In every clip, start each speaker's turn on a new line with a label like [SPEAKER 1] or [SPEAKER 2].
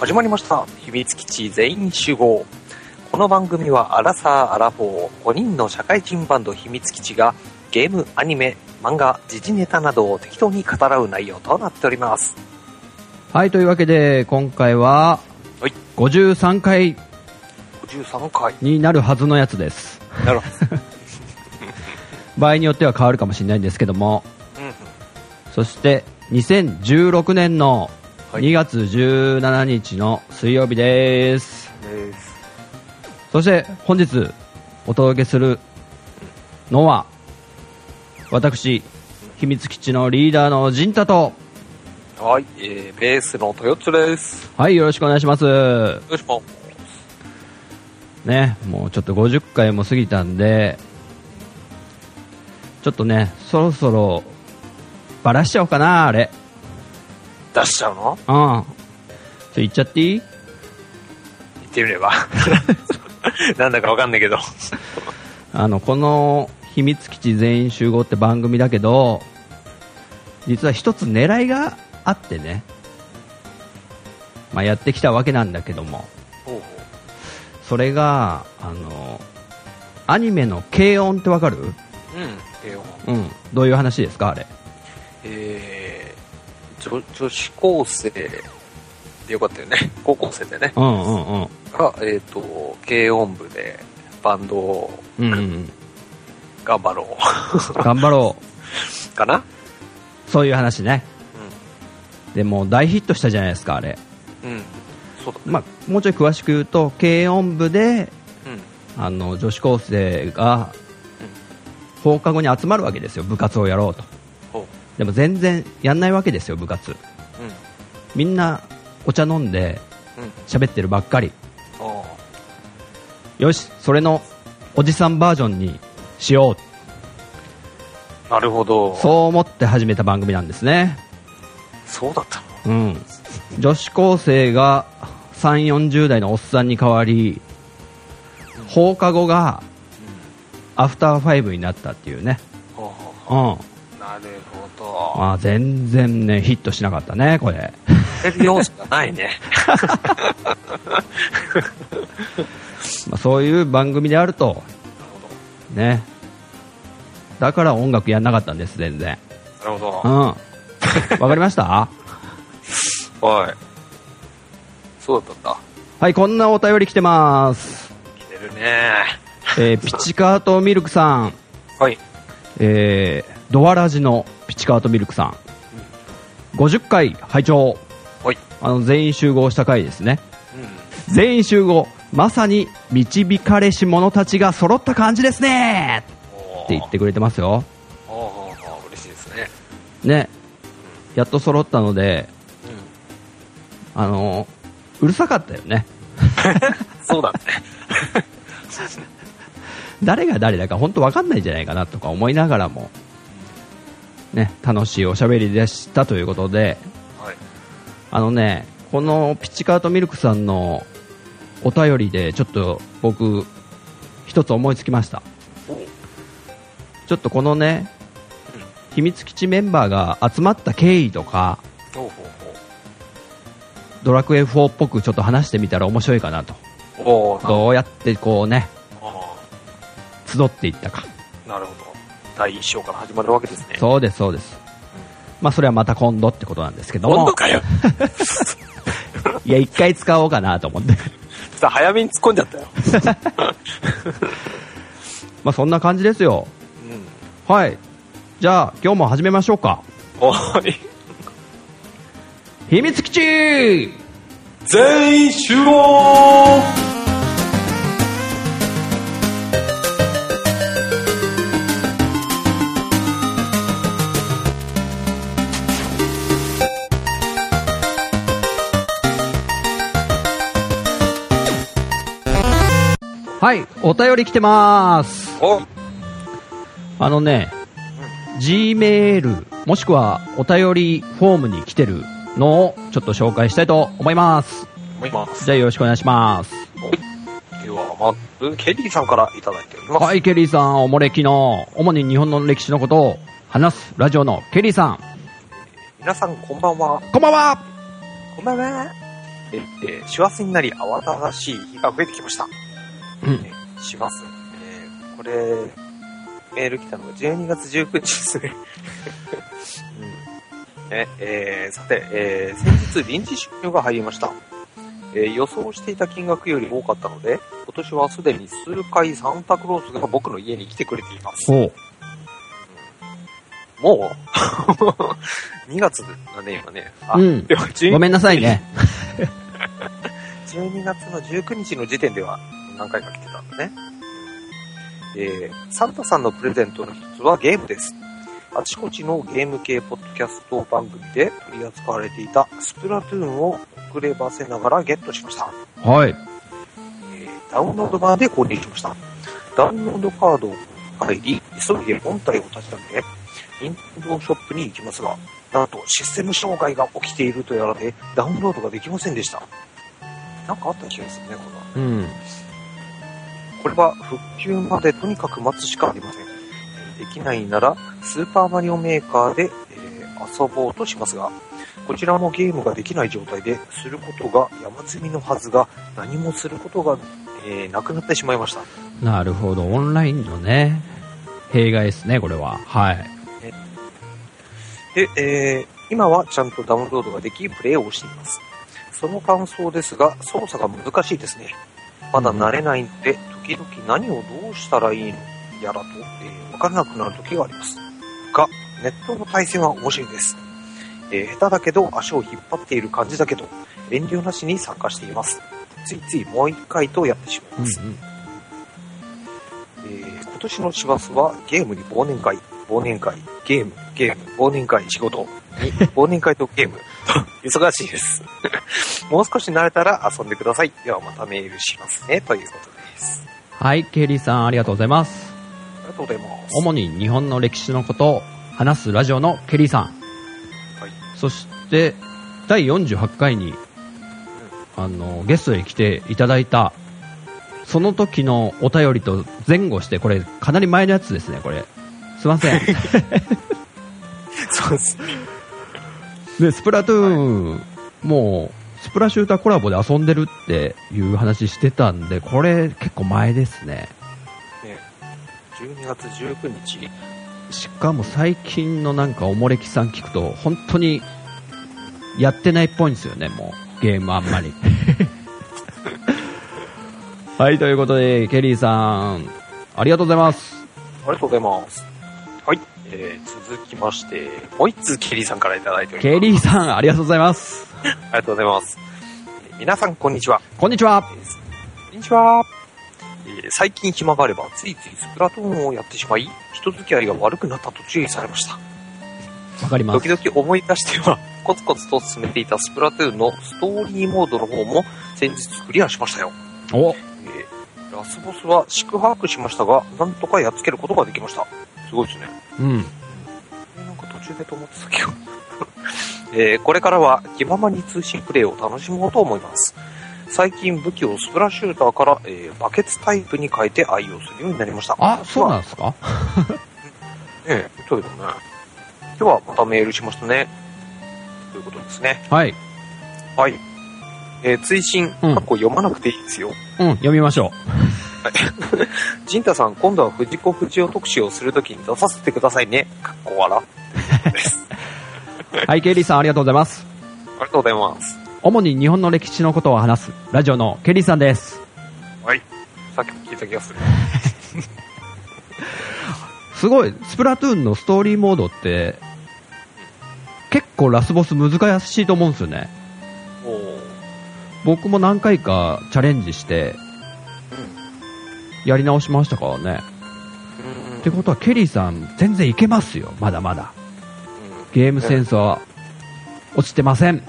[SPEAKER 1] 始まりました秘密基地全員集合この番組はアラサー・アラフォー5人の社会人バンド秘密基地がゲームアニメ漫画時事ネタなどを適当に語らう内容となっております
[SPEAKER 2] はい、というわけで、今回は、
[SPEAKER 1] はい
[SPEAKER 2] 53回
[SPEAKER 1] 53回
[SPEAKER 2] になるはずのやつです。
[SPEAKER 1] なるほど、
[SPEAKER 2] 場合によっては変わるかもしれないんですけども、
[SPEAKER 1] うんうん
[SPEAKER 2] そして、2016年の
[SPEAKER 1] はい
[SPEAKER 2] 2月17日の水曜日です。
[SPEAKER 1] です
[SPEAKER 2] そして、本日お届けするのは、私、秘密基地のリーダーの陣太と、
[SPEAKER 1] はい、えー、ベースの豊津です
[SPEAKER 2] はい、よろしくお願いします。
[SPEAKER 1] よろしくお
[SPEAKER 2] ね、もうちょっと50回も過ぎたんで、ちょっとね、そろそろバラしちゃおうかな、あれ。
[SPEAKER 1] 出しちゃうの
[SPEAKER 2] うん。ちょ、言っちゃっていい
[SPEAKER 1] 言ってみれ ばなんだかわかんないけど
[SPEAKER 2] あの、この秘密基地全員集合って番組だけど、実は一つ狙いがあってね、まあ、やってきたわけなんだけども、それが、あの、アニメの軽音ってわかる
[SPEAKER 1] うんえー
[SPEAKER 2] うん。どういう話ですか、あれ。
[SPEAKER 1] えー、女女子高生でよか ったよね高校生でね
[SPEAKER 2] うんうんうん。
[SPEAKER 1] が、えっと軽音部でバンドを
[SPEAKER 2] うんうんうん、
[SPEAKER 1] 頑張ろ
[SPEAKER 2] 頑張ろ
[SPEAKER 1] うかな
[SPEAKER 2] う、そういう話ね、でもう大ヒットしたじゃないですか、あれ、
[SPEAKER 1] うん、うん、そうだ、
[SPEAKER 2] まあ、もうちょい詳しく言うと、軽音部で
[SPEAKER 1] うん
[SPEAKER 2] あの女子高生が放課後に集まるわけですよ、部活をやろうと、
[SPEAKER 1] ほ
[SPEAKER 2] でも全然やんないわけですよ、部活、
[SPEAKER 1] ううん
[SPEAKER 2] みんなお茶飲んで
[SPEAKER 1] うん
[SPEAKER 2] 喋ってるばっかり、
[SPEAKER 1] ああ
[SPEAKER 2] よし、それのおじさんバージョンにしよう、
[SPEAKER 1] なるほど
[SPEAKER 2] そう思って始めた番組なんですね。
[SPEAKER 1] そうだったの
[SPEAKER 2] うん、女子高生が3 4 0代のおっさんに変わり放課後がアフターファイブになったっていうね、
[SPEAKER 1] ほうほう
[SPEAKER 2] うん
[SPEAKER 1] なるほど
[SPEAKER 2] まあ、全然ねヒットしなかったねこれ
[SPEAKER 1] テレビ要素がないね
[SPEAKER 2] まあそういう番組であると
[SPEAKER 1] なるほ
[SPEAKER 2] ねだから音楽やんなかったんです全然
[SPEAKER 1] どなるほ
[SPEAKER 2] う
[SPEAKER 1] ど
[SPEAKER 2] んわかりました
[SPEAKER 1] はいそうだったんだ
[SPEAKER 2] はいこんなお便り来てます、
[SPEAKER 1] 来てるね
[SPEAKER 2] えーピチカートミルクさん
[SPEAKER 1] はい
[SPEAKER 2] えードアラジのピチカートミルクさん、50回拝聴
[SPEAKER 1] はい
[SPEAKER 2] あの全員集合した回ですね
[SPEAKER 1] うん
[SPEAKER 2] 全員集合まさに導かれし者たちが揃った感じですね
[SPEAKER 1] おー
[SPEAKER 2] って言ってくれてますよ
[SPEAKER 1] おーおーおー嬉しいですね
[SPEAKER 2] ねやっと揃ったので
[SPEAKER 1] うん
[SPEAKER 2] あのうるさかったよね
[SPEAKER 1] そうだね
[SPEAKER 2] 誰が誰だか本当わかんないんじゃないかなとか思いながらもね楽しいおしゃべりでしたということで
[SPEAKER 1] はい
[SPEAKER 2] あのね、このピチカートミルクさんのお便りで、ちょっと僕、一つ思いつきました。
[SPEAKER 1] おー
[SPEAKER 2] ちょっとこのね
[SPEAKER 1] うん、
[SPEAKER 2] 秘密基地メンバーが集まった経緯とか、
[SPEAKER 1] ほうほうほう
[SPEAKER 2] ドラクエ4っぽくちょっと話してみたら面白いかなと。
[SPEAKER 1] おーな
[SPEAKER 2] どうやってこうね、
[SPEAKER 1] あ
[SPEAKER 2] 集っていったか。
[SPEAKER 1] ーなるほど第一章から始まるわけですね
[SPEAKER 2] そうです、そうです。まあ、それはまた今度ってことなんですけど
[SPEAKER 1] 今
[SPEAKER 2] も
[SPEAKER 1] 度。かよ
[SPEAKER 2] いや、一回使おうかなと思って。
[SPEAKER 1] さあ早めに突っ込んじゃったよ
[SPEAKER 2] まあ、そんな感じですよ。
[SPEAKER 1] うん
[SPEAKER 2] はい。じゃあ、今日も始めましょうか。
[SPEAKER 1] おーい
[SPEAKER 2] 秘密基地
[SPEAKER 1] 全員集合
[SPEAKER 2] はい、お便り来てます。
[SPEAKER 1] お
[SPEAKER 2] あのね、Gmail、もしくはお便りフォームに来てるのをちょっと紹介したいと思います。
[SPEAKER 1] 思います
[SPEAKER 2] じゃあよろしくお願いします。
[SPEAKER 1] ではまずケリーさんからいただいております、、
[SPEAKER 2] はいい、ケリーさん、おもれきの、主に日本の歴史のことを話すラジオのケリーさん、
[SPEAKER 1] 皆さんこんばんは
[SPEAKER 2] こんばんは
[SPEAKER 1] こんばんはえー、師走になり慌ただしい日が増えてきました。
[SPEAKER 2] うん
[SPEAKER 1] します。えーこれ、メール来たのが12月19日ですね。 うんねえーさて、えー先日臨時収入が入りました。えー予想していた金額より多かったので、今年はすでに数回サンタクロースが僕の家に来てくれています。
[SPEAKER 2] ほう。
[SPEAKER 1] もう、2月だね、今ね。あ、
[SPEAKER 2] うん。
[SPEAKER 1] でも12
[SPEAKER 2] ごめんなさいね。
[SPEAKER 1] 12月の19日の時点では何回か来てたんだね。えー、サンタさんのプレゼントの一つはゲームです。あちこちのゲーム系ポッドキャスト番組で取り扱われていたスプラトゥーンを遅ればせながらゲットしました。
[SPEAKER 2] はい。
[SPEAKER 1] えーダウンロード版で購入しました。ダウンロードカードを入り、急いで本体を立ち上げ、任天堂ショップに行きますが、なんとシステム障害が起きているとやらで、ダウンロードができませんでした。なんかあった気がするね、この。
[SPEAKER 2] うん。
[SPEAKER 1] これは復旧までとにかく待つしかありません。えーできないなら、スーパーマリオメーカーで、えー遊ぼうとしますが、こちらもゲームができない状態ですることが山積みのはずが、何もすることが、えーなくなってしまいました。
[SPEAKER 2] なるほど。オンラインのね、弊害ですね、これは。はい。
[SPEAKER 1] で、えー今はちゃんとダウンロードができ、プレイをしています。その感想ですが、操作が難しいですね。まだ慣れないので、時々何をどうしたらいいのやらと、えーわからなくなる時があります。が、ネットの対戦は面白いです。えー下手だけど足を引っ張っている感じだけど、遠慮なしに参加しています。ついついもう一回とやってしまいます。えー今年の師走はゲームに忘年会、忘年会、ゲーム、ゲーム、忘年会、仕事に、 忘年会とゲーム、 忙しいです。 もう少し慣れたら遊んでください。ではまたメールしますね、ということです。
[SPEAKER 2] はい、ケリーさん、ありがとうございます。
[SPEAKER 1] ありがとうございます。
[SPEAKER 2] 主に日本の歴史のことを話すラジオのケリーさん。
[SPEAKER 1] はい
[SPEAKER 2] そして、第48回に、あの、ゲストに来ていただいた、その時のお便りと前後して、これ、かなり前のやつですね、これ。すいま せん。
[SPEAKER 1] そうです。
[SPEAKER 2] で、スプラトゥーン、もう、スプラシューターコラボで遊んでるっていう話してたんで、これ結構前ですね。
[SPEAKER 1] 12月19日、
[SPEAKER 2] しかも最近のなんかおもれきさん聞くと、本当にやってないっぽいんですよね、もう。ゲームあんまり。はい、ということで、ケリーさん、ありがとうございます。
[SPEAKER 1] ありがとうございます。はい。えー、続きまして、もう一通ケリーさんからいただいております。
[SPEAKER 2] ケリーさん、ありがとうございます。
[SPEAKER 1] ありがとうございます。えー皆さん、こんにちは。
[SPEAKER 2] こんにちは。
[SPEAKER 1] ですこんにちは。えー最近暇があれば、ついついスプラトゥーンをやってしまい、人付き合いが悪くなったと注意されました。
[SPEAKER 2] わかりま
[SPEAKER 1] 時
[SPEAKER 2] す。
[SPEAKER 1] 々思い出しては、コツコツと進めていたスプラトゥーンのストーリーモードの方も先日クリアしましたよ。
[SPEAKER 2] お、
[SPEAKER 1] えーラスボスは四苦八苦しましたが、なんとかやっつけることができました。すごいですね。
[SPEAKER 2] うん。
[SPEAKER 1] えーなんか途中でと思ってたけど。 えーこれからは気ままに通信プレイを楽しもうと思います。最近武器をスプラシューターから、えーバケツタイプに変えて愛用するようになりました。
[SPEAKER 2] あ、そうなんですか
[SPEAKER 1] ええそうだね。ではまたメールしましたね。ということですね。
[SPEAKER 2] はい。
[SPEAKER 1] はい。えー追伸、
[SPEAKER 2] うん
[SPEAKER 1] 過去読まなくていいですよ。
[SPEAKER 2] うん、読みましょ
[SPEAKER 1] ジンタさん、今度は藤子不二雄特集をするときに出させてくださいね。かっこわら。あ
[SPEAKER 2] う。はい、ケリーさん、ありがとうございます。
[SPEAKER 1] りがとうございます。
[SPEAKER 2] 主に日本の歴史のことを話す、ラジオのケリーさんです。
[SPEAKER 1] はい。さっきも聞いた気がする。
[SPEAKER 2] すごい、スプラトゥーンのストーリーモードって、結構ラスボス難しいと思うんですよね。
[SPEAKER 1] おー
[SPEAKER 2] 僕も何回かチャレンジして、やり直しましたからね。
[SPEAKER 1] うん。
[SPEAKER 2] ってことは、ケリーさん、全然いけますよ、まだまだ。
[SPEAKER 1] うん
[SPEAKER 2] ゲームセンスは、落ちてません。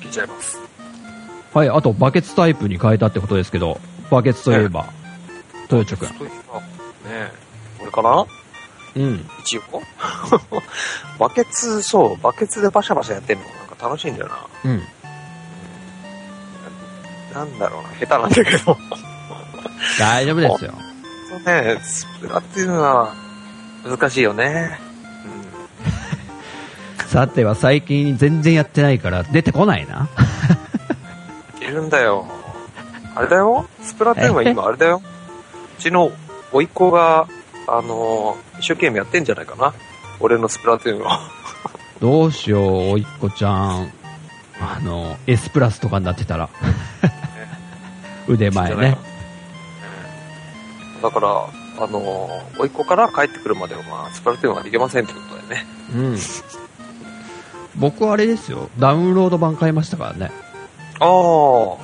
[SPEAKER 1] 聞いちゃいます。
[SPEAKER 2] はい、あと、バケツタイプに変えたってことですけど、バケツといえば、豊地
[SPEAKER 1] ちょ
[SPEAKER 2] 君
[SPEAKER 1] っ。と今、ねこれかな
[SPEAKER 2] うん。
[SPEAKER 1] 一応 バケツ、そう、バケツでバシャバシャやってんのなんか楽しいんだよな。
[SPEAKER 2] うん。
[SPEAKER 1] なんだろうな、下手なんだけど。
[SPEAKER 2] 大丈夫ですよ。
[SPEAKER 1] そうね、スプラっていうのは難しいよね。
[SPEAKER 2] さては、最近全然やってないから、出てこないな。
[SPEAKER 1] るんだよ。あれだよスプラトゥーンは今あれだようちの甥っ子が、あのー一生懸命やってんじゃないかな俺のスプラトゥーンを。
[SPEAKER 2] どうしよう、おいっこちゃん。あの、S プラスとかになっ てたら。腕前ね。
[SPEAKER 1] だから、あのー、甥っ子から帰ってくるまでは、まあ、スプラトゥーンはできませんってことだよね。
[SPEAKER 2] うん。僕はあれですよ、ダウンロード版買いましたからね。
[SPEAKER 1] ああ、そ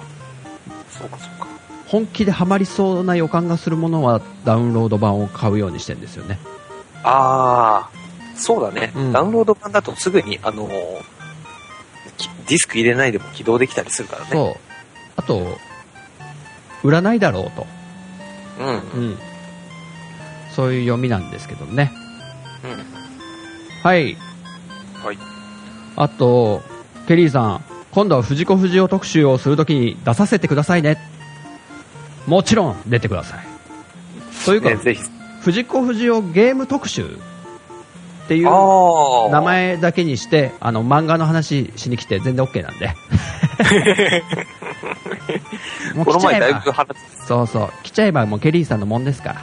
[SPEAKER 1] うかそうか。
[SPEAKER 2] 本気でハマりそうな予感がするものはダウンロード版を買うようにしてんですよね。
[SPEAKER 1] ああ、そうだね、
[SPEAKER 2] うん
[SPEAKER 1] ダウンロード版だとすぐに、あのーきディスク入れないでも起動できたりするからね。
[SPEAKER 2] そう。あと、売らないだろうと。
[SPEAKER 1] う。うん。うん。
[SPEAKER 2] ん。そういう読みなんですけどね。はい。
[SPEAKER 1] はい。
[SPEAKER 2] あと、ケリーさん、今度は藤子不二雄特集をするときに出させてくださいね。もちろん出てください。というか、
[SPEAKER 1] ね、ぜひ。
[SPEAKER 2] 藤子不二雄ゲーム特集っていう
[SPEAKER 1] ああ。
[SPEAKER 2] 名。前だけにして、あの、漫画の話しに来て全然 OK なんで。もう
[SPEAKER 1] この
[SPEAKER 2] 来ちゃ
[SPEAKER 1] 前
[SPEAKER 2] え
[SPEAKER 1] だいぶ
[SPEAKER 2] ば、
[SPEAKER 1] 話
[SPEAKER 2] そうそう、来ちゃえばもうケリーさんのもんですから。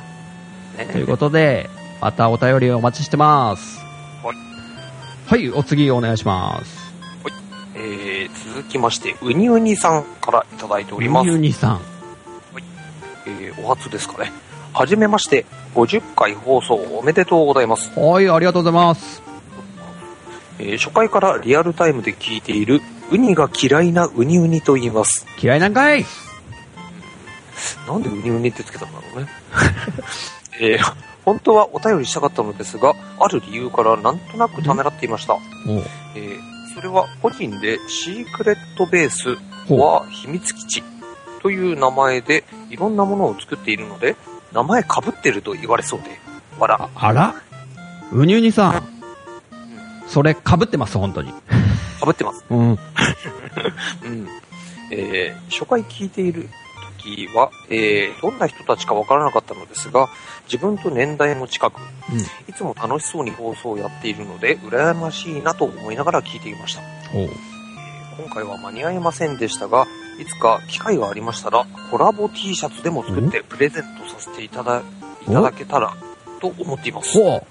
[SPEAKER 1] ね。
[SPEAKER 2] ということで、またお便りをお待ちしてます。
[SPEAKER 1] はい。
[SPEAKER 2] はい、お次お願いします。
[SPEAKER 1] えー、続きまして、ウニウニさんからいただいております。
[SPEAKER 2] ゆにさん。
[SPEAKER 1] えーお初ですかね。はじめまして、50回放送おめでとうございます。
[SPEAKER 2] はい、ありがとうございます。
[SPEAKER 1] えー初回からリアルタイムで聞いている、ウニが嫌いなウニウニと言います。
[SPEAKER 2] 嫌いなんかい
[SPEAKER 1] なんでウニウニってつけたんだろうね。 えー本当はお便りしたかったのですが、ある理由からなんとなくためらっていました。
[SPEAKER 2] おう
[SPEAKER 1] えーそれは個人でシークレットベース
[SPEAKER 2] ほ
[SPEAKER 1] は秘密基地という名前でいろんなものを作っているので、名前被ってると言われそうで、笑
[SPEAKER 2] う。あらうにうにさん。それ、かぶってます、本当に。
[SPEAKER 1] 被ってます。
[SPEAKER 2] うん。
[SPEAKER 1] うん。えー初回聞いている時は、えーどんな人たちかわからなかったのですが、自分と年代も近く、いつも楽しそうに放送をやっているので、羨ましいなと思いながら聞いていました。
[SPEAKER 2] ほう。
[SPEAKER 1] 今回は間に合いませんでしたが、いつか機会がありましたら、コラボ T シャツでも作ってプレゼントさせていただいただけたらと思っています。
[SPEAKER 2] ほう。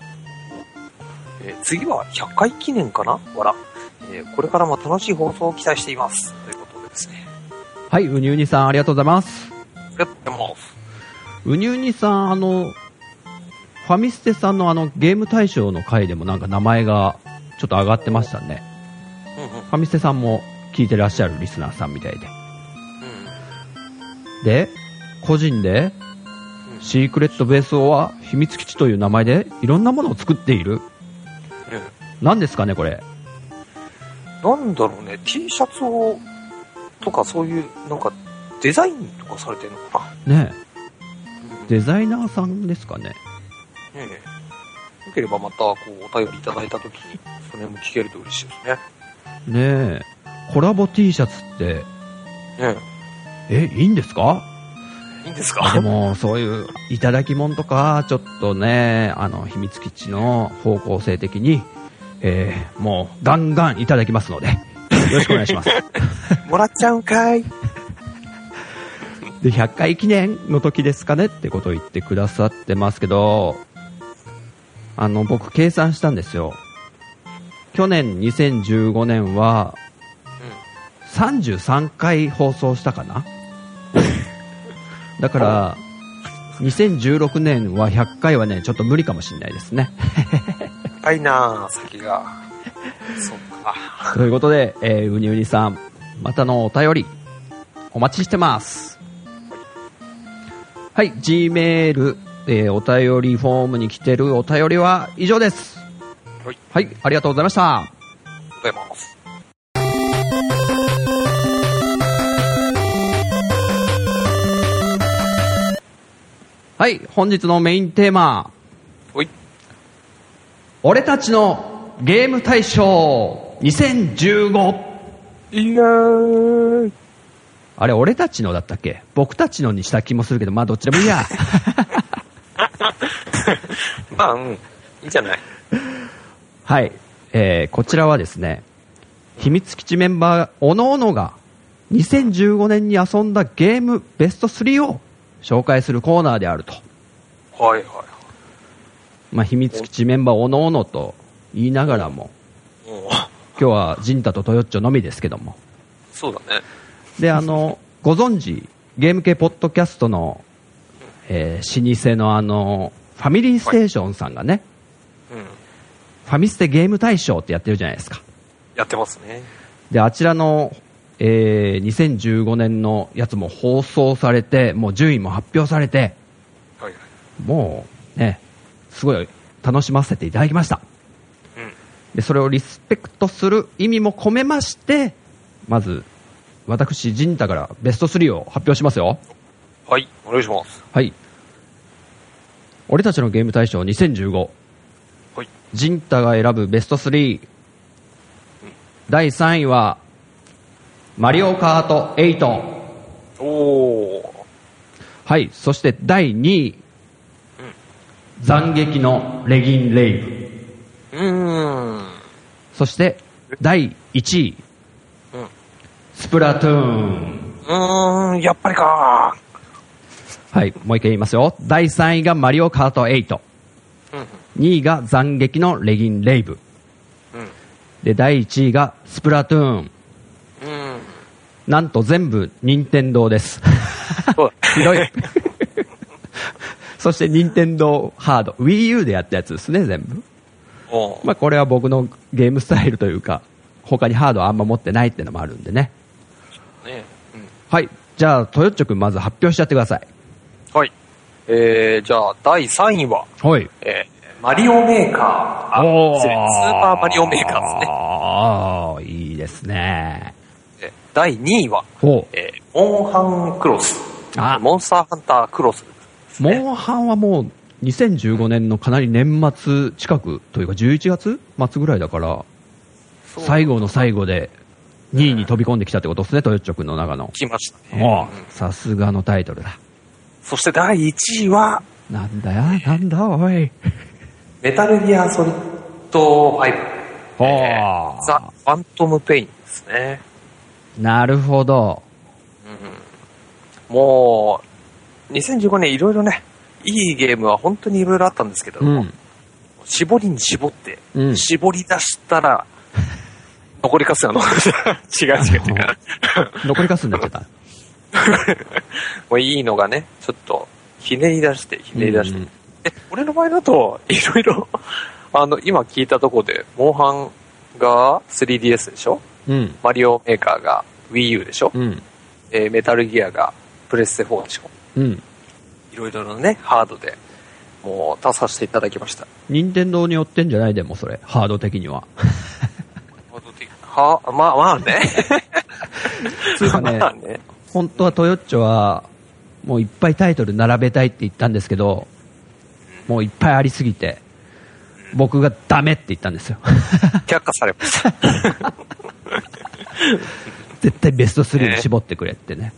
[SPEAKER 1] えー次は100回記念かなわら、えーこれからも楽しい放送を期待しています。ということでですね。
[SPEAKER 2] はい、うにうにさん、ありがとうございます。
[SPEAKER 1] ありがとうございます。
[SPEAKER 2] うにうにさん、あの、ファミステさんのあの、ゲーム大賞の回でもなんか名前が、ちょっと上がってましたね。
[SPEAKER 1] うんうん
[SPEAKER 2] ファミステさんも聞いてらっしゃるリスナーさんみたいで。
[SPEAKER 1] うん
[SPEAKER 2] で、個人で、
[SPEAKER 1] うん
[SPEAKER 2] シークレットベースオは秘密基地という名前でいろんなものを作っている。何ですかね、これ。
[SPEAKER 1] うん、なんだろうね、T シャツを、とかそういう、なんか、デザインとかされてるのかな
[SPEAKER 2] ねえ
[SPEAKER 1] うん
[SPEAKER 2] デザイナーさんですかね。
[SPEAKER 1] ねえよければまた、こう、お便りいただいたときに、それも聞けると嬉しいですね。
[SPEAKER 2] ねえ。コラボ T シャツって、
[SPEAKER 1] ね
[SPEAKER 2] え、いいんですか
[SPEAKER 1] えいいんですか
[SPEAKER 2] でも、そういう、いただき物とか、ちょっとね、あの、秘密基地の方向性的に、えーもう、ガンガンいただきますので、よろしくお願いします。
[SPEAKER 1] もらっちゃうんかい
[SPEAKER 2] で、100回記念の時ですかねってことを言ってくださってますけど、あの、僕計算したんですよ。去年2015年は33回放送したかなだから、2016年は100回はね、ちょっと無理かもしれないですね。
[SPEAKER 1] うん。高いなあ先が。そっか。
[SPEAKER 2] ということで、えー、うにうにさん、またのお便り、お待ちしてます。はい、g メール、えー、お便りフォームに来てるお便りは以上です。
[SPEAKER 1] はい。
[SPEAKER 2] はい、ありがとうございました。
[SPEAKER 1] ございます。
[SPEAKER 2] はい、本日のメインテーマ、
[SPEAKER 1] おい。
[SPEAKER 2] 俺たちのゲーム大賞2015。
[SPEAKER 1] いやーい。
[SPEAKER 2] あれ、俺たちのだったっけ僕たちのにした気もするけど、まあどっちでもいいや。
[SPEAKER 1] まあ、うん。いいじゃない。
[SPEAKER 2] はい、えーこちらはですね、秘密基地メンバー、おのおのが2015年に遊んだゲームベスト3を紹介するコーナーであると。
[SPEAKER 1] はいは
[SPEAKER 2] まあ、秘密基地メンバーおのおのと言いながらも、
[SPEAKER 1] い。うん。
[SPEAKER 2] 今日はジンタとトヨッチョのみですけども。
[SPEAKER 1] そうだね。
[SPEAKER 2] で、あの、ご存知、ゲーム系ポッドキャストの、えー老舗のあの、ファミリーステーションさんがね、
[SPEAKER 1] うん。
[SPEAKER 2] ファミステゲーム大賞ってやってるじゃないですか。
[SPEAKER 1] やってますね。
[SPEAKER 2] で、あちらの、えー2015年のやつも放送されて、もう順位も発表されて、
[SPEAKER 1] はいはい。
[SPEAKER 2] もうね、すごい楽しませていただきました。
[SPEAKER 1] うん。
[SPEAKER 2] で、それをリスペクトする意味も込めまして、まず、私、ジンタからベスト3を発表しますよ。
[SPEAKER 1] はい。お願いします。
[SPEAKER 2] はい。俺たちのゲーム大賞2015。
[SPEAKER 1] はい。
[SPEAKER 2] ジンタが選ぶベスト3。第3位は、マリオカート8。
[SPEAKER 1] おー。
[SPEAKER 2] はい。そして第2位。斬撃のレギンレイブ。
[SPEAKER 1] うーん。
[SPEAKER 2] そして第1位。
[SPEAKER 1] うん
[SPEAKER 2] スプラトゥーン。
[SPEAKER 1] うーん、やっぱりか
[SPEAKER 2] はい。もう一回言いますよ。第3位がマリオカート8。
[SPEAKER 1] ー。うん。
[SPEAKER 2] 2位が斬撃のレギンレイブ。
[SPEAKER 1] うん。
[SPEAKER 2] で、第1位がスプラトゥーン。
[SPEAKER 1] うん。
[SPEAKER 2] なんと全部、任天堂です。
[SPEAKER 1] そう
[SPEAKER 2] ひどい。そして、任天堂ハード。Wii U でやったやつですね、全部。
[SPEAKER 1] おー
[SPEAKER 2] まあ、これは僕のゲームスタイルというか、他にハードはあんま持ってないってのもあるんでね。
[SPEAKER 1] ね。うん。
[SPEAKER 2] はい。じゃあ、トヨッチョくんまず発表しちゃってください。
[SPEAKER 1] はい。えー、じゃあ、第3位は、
[SPEAKER 2] はい。
[SPEAKER 1] えー、マリオメーカー。あ失礼スーパーマリオメーカーですね。
[SPEAKER 2] ああ、いいです
[SPEAKER 1] えー
[SPEAKER 2] ね。
[SPEAKER 1] 第2位は、
[SPEAKER 2] おう
[SPEAKER 1] えー、モンハンクロス。
[SPEAKER 2] あ
[SPEAKER 1] モンスターハンタークロス。
[SPEAKER 2] モンハンはもう、2015年のかなり年末近くというか、11月末ぐらいだから、
[SPEAKER 1] そう
[SPEAKER 2] 最後の最後で2位に飛び込んできたってことですね、トヨッチョ君の中の。
[SPEAKER 1] 来ました
[SPEAKER 2] お
[SPEAKER 1] ね
[SPEAKER 2] う。
[SPEAKER 1] うん
[SPEAKER 2] さすがのタイトルだ。
[SPEAKER 1] そして第1位は、
[SPEAKER 2] なんだよ、なんだ、おい。
[SPEAKER 1] メタルギアソリッド5。
[SPEAKER 2] ほう
[SPEAKER 1] ザ・ファントム・ペインですね。
[SPEAKER 2] なるほど。
[SPEAKER 1] もう、2015年いろいろね、いいゲームは本当にいろいろあったんですけど、
[SPEAKER 2] うん。
[SPEAKER 1] 絞りに絞って、
[SPEAKER 2] うん
[SPEAKER 1] 絞り出したら、残りかすが残 る。違う違う違う。
[SPEAKER 2] 残りかすになっちゃった。
[SPEAKER 1] もういいのがね、ちょっと、ひねり出して、ひねり出して。
[SPEAKER 2] うん
[SPEAKER 1] え、俺の場合だと、いろいろ、あの、今聞いたとこで、モンハンが 3DS でしょ
[SPEAKER 2] うん。
[SPEAKER 1] マリオメーカーが Wii U でしょ、
[SPEAKER 2] うん。
[SPEAKER 1] えーメタルギアがプレステ4でしょ
[SPEAKER 2] うん。
[SPEAKER 1] いろいろなね、ハードで、もう出させていただきました。
[SPEAKER 2] 任天堂に寄ってんじゃないでも、それ。ハード的には。
[SPEAKER 1] ハード的は、まあまあね。
[SPEAKER 2] つうかね
[SPEAKER 1] まあね。
[SPEAKER 2] 本当はトヨッチョは、もういっぱいタイトル並べたいって言ったんですけど、もういっぱいありすぎて、僕がダメって言ったんですよ。
[SPEAKER 1] 却下されました。
[SPEAKER 2] 絶対ベスト3に絞ってくれってね。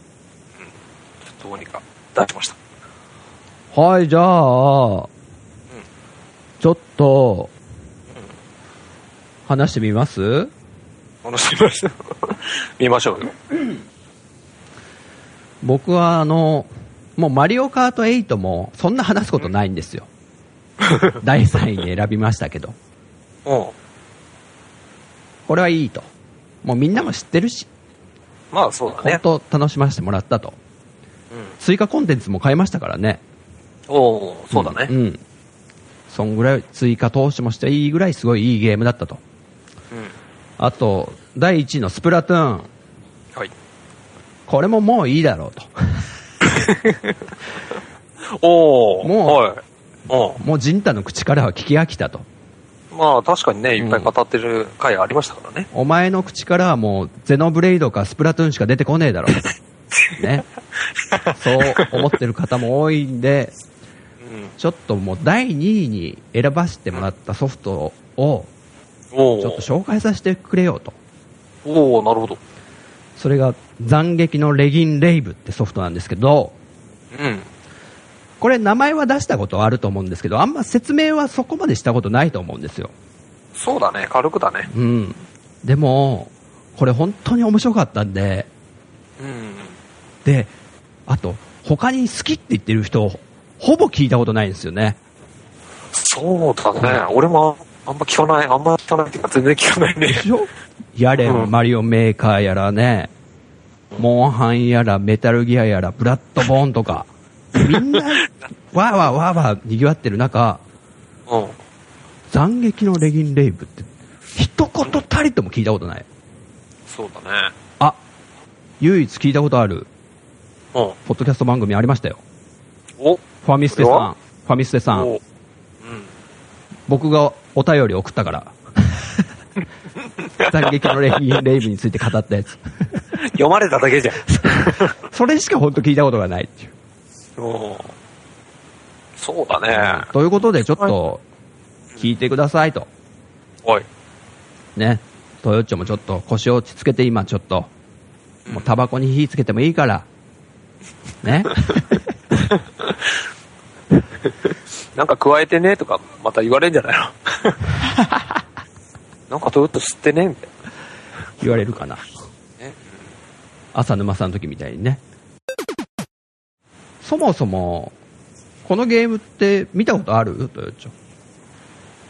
[SPEAKER 1] どうにか出しました。
[SPEAKER 2] はい、じゃあ、ちょっと、話してみます
[SPEAKER 1] 楽しみました。 見ましょうよ。
[SPEAKER 2] 僕はあの、もうマリオカート8もそんな話すことないんで すよ。第3位に選びましたけど。
[SPEAKER 1] うん。
[SPEAKER 2] これはいいと。もうみんなも知ってるし、
[SPEAKER 1] まあそうだ
[SPEAKER 2] 本
[SPEAKER 1] ね。
[SPEAKER 2] 当楽しませてもらったと。
[SPEAKER 1] うん。
[SPEAKER 2] 追加コンテンツも買いましたからね。
[SPEAKER 1] おおそうだね。
[SPEAKER 2] うん。うんそんぐらい追加投資もしていいぐらいすごいいいゲームだったと。
[SPEAKER 1] うん。
[SPEAKER 2] あと、第1位のスプラトゥーン。
[SPEAKER 1] はい。
[SPEAKER 2] これももういいだろうと。
[SPEAKER 1] おお
[SPEAKER 2] もう
[SPEAKER 1] はい。う
[SPEAKER 2] もうジンタの口からは聞き飽きたと。
[SPEAKER 1] ん。まあ確かにね、いっぱい語ってる回ありましたからね。
[SPEAKER 2] お前の口からはもうゼノブレイドかスプラトゥーンしか出てこねえだろう。ね。そう思ってる方も多いんで、
[SPEAKER 1] うん。
[SPEAKER 2] ちょっともう第2位に選ばせてもらったソフトを
[SPEAKER 1] おお
[SPEAKER 2] ちょっと紹介させてくれようと。
[SPEAKER 1] おおなるほど。
[SPEAKER 2] それが斬撃のレギンレイブってソフトなんですけど、
[SPEAKER 1] うん。
[SPEAKER 2] これ名前は出したことはあると思うんですけど、あんま説明はそこまでしたことないと思うんですよ。
[SPEAKER 1] そうだね、軽くだね。
[SPEAKER 2] うん。でも、これ本当に面白かったんで、
[SPEAKER 1] うん。
[SPEAKER 2] で、あと、他に好きって言ってる人、ほぼ聞いたことないんですよね。
[SPEAKER 1] そうだね。俺もあんま聞かない。あんま聞かないっていうか全然聞かないね。
[SPEAKER 2] しょやれ、
[SPEAKER 1] うん
[SPEAKER 2] マリオメーカーやらね、モンハンやら、メタルギアやら、ブラッドボーンとか、み んな、わーわーわーわー賑わってる中、
[SPEAKER 1] うん。
[SPEAKER 2] 斬撃のレギンレイブって、一言たりとも聞いたことない。
[SPEAKER 1] そうだね。
[SPEAKER 2] あ、唯一聞いたことある、
[SPEAKER 1] うん。
[SPEAKER 2] ポッドキャスト番組ありましたよ。
[SPEAKER 1] お
[SPEAKER 2] ファミステ
[SPEAKER 1] これ
[SPEAKER 2] さん
[SPEAKER 1] は。
[SPEAKER 2] ファミステさん。
[SPEAKER 1] おう
[SPEAKER 2] 僕がお便り送ったから。斬撃のレインレイブについて語ったやつ。
[SPEAKER 1] うん。読まれただけじゃん。
[SPEAKER 2] それしか本当聞いたことがないっていう。
[SPEAKER 1] うん。そうだね。
[SPEAKER 2] ということで、ちょっと、聞いてくださいと。
[SPEAKER 1] おい。
[SPEAKER 2] ね。トヨッチョもちょっと腰を落ち着けて今ちょっと、もうタバコに火つけてもいいから。ね。
[SPEAKER 1] なんか加えてねとか、また言われんじゃないの なんかトヨタ吸ってねみたい
[SPEAKER 2] 言われるかな。
[SPEAKER 1] なね。
[SPEAKER 2] 浅沼さんの時みたいにね。そもそも、このゲームって見たことあるトヨッチョ。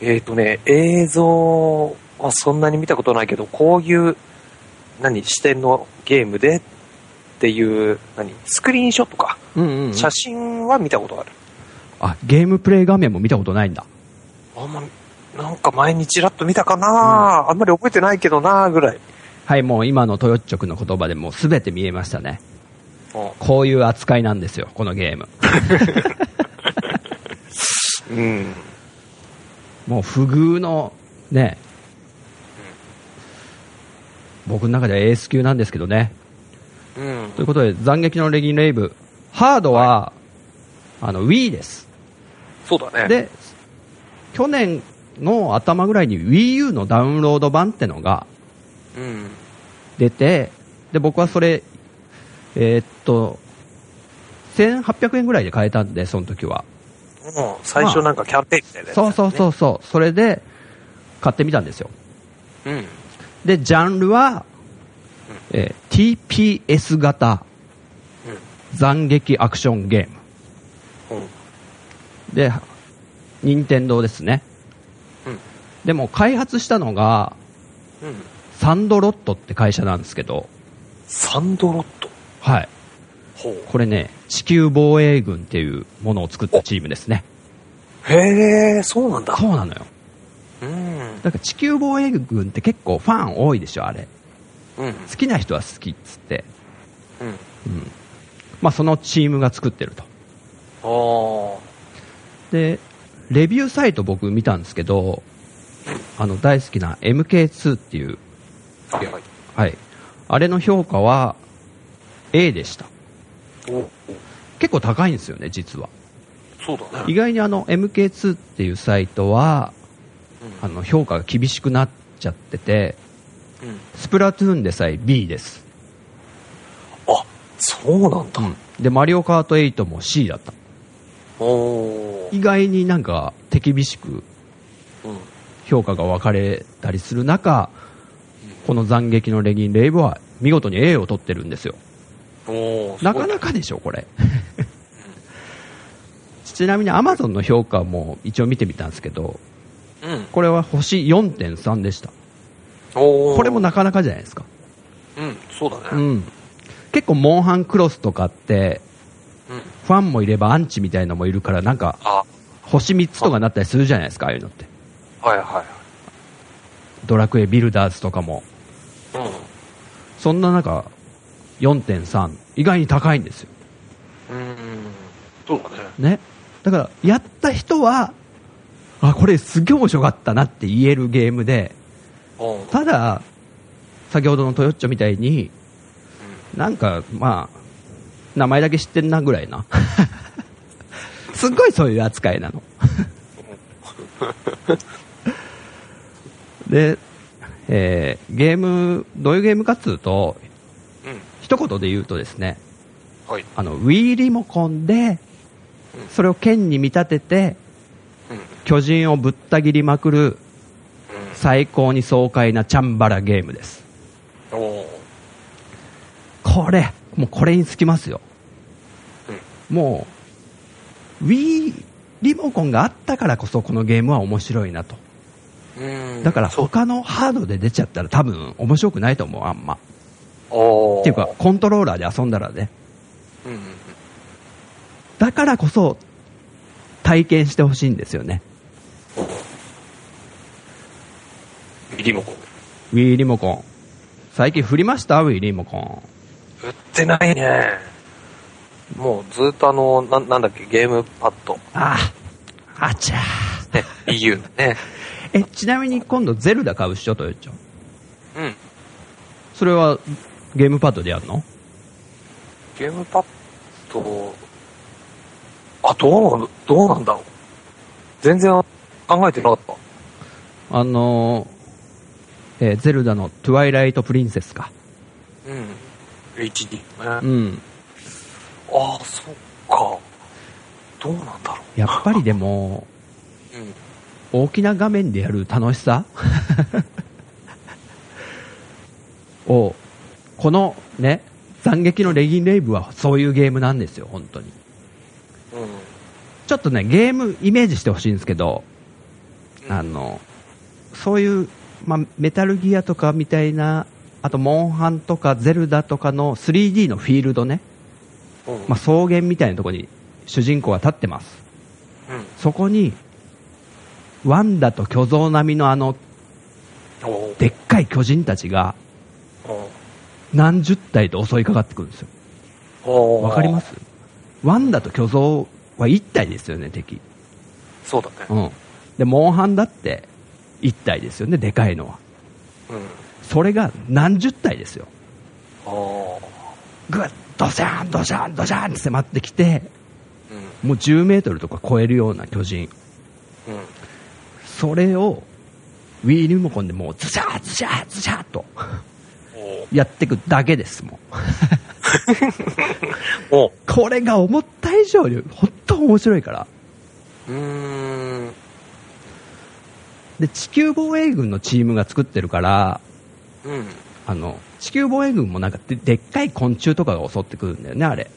[SPEAKER 1] えっ、ー、とね、映像はそんなに見たことないけど、こういう、何、視点のゲームでっていう、何、スクリーンショットか。
[SPEAKER 2] うんうん、
[SPEAKER 1] 写真は見たことある。
[SPEAKER 2] あ、ゲームプレイ画面も見たことないんだ。
[SPEAKER 1] あんま、なんか前にちらっと見たかな、あんまり覚えてないけどなぐらい。
[SPEAKER 2] はい、もう今のトヨッチョ君の言葉でもう全て見えましたね。
[SPEAKER 1] うん
[SPEAKER 2] こういう扱いなんですよ、このゲーム。
[SPEAKER 1] うん。
[SPEAKER 2] もう不遇の、ね、僕の中ではエース級なんですけどね。
[SPEAKER 1] うん
[SPEAKER 2] ということで、斬撃のレギンレイブ、ハードは、あの、Wii です。
[SPEAKER 1] そうだね。
[SPEAKER 2] で、去年の頭ぐらいに Wii U のダウンロード版ってのが
[SPEAKER 1] うん。
[SPEAKER 2] 出て、で、僕はそれ、えーっと、1800円ぐらいで買えたんで、その時は。
[SPEAKER 1] もう最初なんかキャンペーンみたいなやつだ
[SPEAKER 2] そう
[SPEAKER 1] よね、
[SPEAKER 2] そうそうそう、それで買ってみたんですよ。
[SPEAKER 1] う。うん。
[SPEAKER 2] で、ジャンルは、えー TPS 型斬撃アクションゲーム。
[SPEAKER 1] うん。うん。
[SPEAKER 2] で、任天堂ですね。
[SPEAKER 1] うん
[SPEAKER 2] でも開発したのが、
[SPEAKER 1] うん。
[SPEAKER 2] サンドロットって会社なんですけど、
[SPEAKER 1] サンドロット。
[SPEAKER 2] はい。
[SPEAKER 1] ほう。
[SPEAKER 2] これね、地球防衛軍っていうものを作ったチームですね。
[SPEAKER 1] へえ、そうなんだ。
[SPEAKER 2] そうなのよ。
[SPEAKER 1] うん。
[SPEAKER 2] だから地球防衛軍って結構ファン多いでしょ、あれ。
[SPEAKER 1] うん。
[SPEAKER 2] 好きな人は好きっつって。
[SPEAKER 1] うん。
[SPEAKER 2] うん。まあそのチームが作ってると。
[SPEAKER 1] あー
[SPEAKER 2] で、レビューサイト僕見たんですけど、あの大好きな MK2 っていう、
[SPEAKER 1] あ。はいはい。
[SPEAKER 2] はい、あれの評価は A でした。
[SPEAKER 1] おお
[SPEAKER 2] 結構高いんですよね、実は。
[SPEAKER 1] そうだ
[SPEAKER 2] 意
[SPEAKER 1] ね。
[SPEAKER 2] 外にあの MK2 っていうサイトは、あ
[SPEAKER 1] うん
[SPEAKER 2] の評価が厳しくなっちゃってて、
[SPEAKER 1] うん。
[SPEAKER 2] スプラトゥーンでさえ B です。
[SPEAKER 1] あ、そうなんだ。
[SPEAKER 2] で、マリオカート8も C だった。
[SPEAKER 1] おー
[SPEAKER 2] 意外になんか手厳しく
[SPEAKER 1] うん。
[SPEAKER 2] 評価が分かれたりする中、この斬撃のレギン・レイブは見事に A を取ってるんですよ。
[SPEAKER 1] おー
[SPEAKER 2] なかな。かでしょ、これ。ちなみに Amazon の評価も一応見てみたんですけど、
[SPEAKER 1] すごいうん。
[SPEAKER 2] これは星4.3でした。
[SPEAKER 1] おー
[SPEAKER 2] これもなかなかじゃないですか。
[SPEAKER 1] うん、そうだ
[SPEAKER 2] う
[SPEAKER 1] ね。
[SPEAKER 2] ん。結構、モンハンクロスとかって、
[SPEAKER 1] うん。
[SPEAKER 2] ファンもいればアンチみたいなのもいるから、なんか、
[SPEAKER 1] あ、
[SPEAKER 2] 星3つとかなったりするじゃないですか、ああいうのって。
[SPEAKER 1] はいは
[SPEAKER 2] ドラクエビルダーズとかも。
[SPEAKER 1] いはい。
[SPEAKER 2] そんな中、4.3。意外に高いんですよ。
[SPEAKER 1] うん。うん。そうだね。
[SPEAKER 2] ね。だから、やった人は、あ、これすげえ面白かったなって言えるゲームで、
[SPEAKER 1] おー
[SPEAKER 2] ただ、先ほどのトヨッチョみたいに、なんか、まあ、名前だけ知ってんなぐらいな。 すっごいそういう扱いなの。で、えーゲーム、どういうゲームかっつうと、
[SPEAKER 1] うん。うん。
[SPEAKER 2] 一言で言うとですね、
[SPEAKER 1] はい。
[SPEAKER 2] あの、Wii リモコンで、それを剣に見立てて、
[SPEAKER 1] うん。うん。
[SPEAKER 2] 巨人をぶった切りまくる最高に爽快なチャンバラゲームです。
[SPEAKER 1] おー
[SPEAKER 2] ここれ、もうこれにつきますよ。もう、Wii リモコンがあったからこそこのゲームは面白いなと。
[SPEAKER 1] うん
[SPEAKER 2] だから
[SPEAKER 1] そう。
[SPEAKER 2] 他のハードで出ちゃったら多分面白くないと思う、あんま。
[SPEAKER 1] おー
[SPEAKER 2] っていうか、、コントローラーで遊んだらね。
[SPEAKER 1] うんうんうん
[SPEAKER 2] だからこそ、体験してほしいんですよね。
[SPEAKER 1] リモコン。
[SPEAKER 2] Wii リモコン。最近振りました ?Wii リモコン。
[SPEAKER 1] 売ってないね。もうずっとあの、ななんだっけ、ゲームパッド。
[SPEAKER 2] ああ、あちゃー。
[SPEAKER 1] ね、EU のね。
[SPEAKER 2] え、ちなみに今度ゼルダ買うっしょ、とよちゃん。
[SPEAKER 1] うん。
[SPEAKER 2] それはゲームパッドでやるの
[SPEAKER 1] ゲームパッド、あ、どうな、どうなんだろう。全然考えてなかった。
[SPEAKER 2] あのーえーゼルダのトゥワイライトプリンセスか。
[SPEAKER 1] うん。HD。
[SPEAKER 2] う
[SPEAKER 1] ね、
[SPEAKER 2] ん。
[SPEAKER 1] ああ、そっか。どうなんだろ
[SPEAKER 2] やっぱりでも、
[SPEAKER 1] う。うん。
[SPEAKER 2] 大きな画面でやる楽しさ を、このね、斬撃のレギンレイブはそういうゲームなんですよ、本当に。
[SPEAKER 1] うん。
[SPEAKER 2] ちょっとね、ゲームイメージしてほしいんですけど、あの、そういう、まあ、メタルギアとかみたいな、あと、モンハンとかゼルダとかの 3D のフィールドね、
[SPEAKER 1] うん、
[SPEAKER 2] まあ、草原みたいなところに主人公が立ってます。
[SPEAKER 1] うん。
[SPEAKER 2] そこに、ワンダと巨像並みのあの、
[SPEAKER 1] おー
[SPEAKER 2] でっかい巨人たちが、
[SPEAKER 1] お
[SPEAKER 2] 何十体と襲いかかってくるんですよ。
[SPEAKER 1] お
[SPEAKER 2] わかりますワンダと巨像は1体ですよね、敵。
[SPEAKER 1] そうだ
[SPEAKER 2] う
[SPEAKER 1] ね。
[SPEAKER 2] ん。で、モンハンだって1体ですよね、でかいのは。
[SPEAKER 1] うん。
[SPEAKER 2] それが何十体ですよ。
[SPEAKER 1] おー
[SPEAKER 2] ぐっ、ドシャーン、ドシャーン、ドシャーンって迫ってきて、
[SPEAKER 1] う
[SPEAKER 2] もう10メートルとか超えるような巨人。
[SPEAKER 1] ん。うん。
[SPEAKER 2] それを、Wii リモコンでもうズシャー、ズシャー、ズシャーと
[SPEAKER 1] おー
[SPEAKER 2] やってくだけです、もう。
[SPEAKER 1] おう。
[SPEAKER 2] これが思った以上に、本当面白いから。
[SPEAKER 1] うーん。
[SPEAKER 2] で、地球防衛軍のチームが作ってるから、
[SPEAKER 1] うん。
[SPEAKER 2] あの、地球防衛軍もなんかででっかい昆虫とかが襲ってくるんだよね、あれ。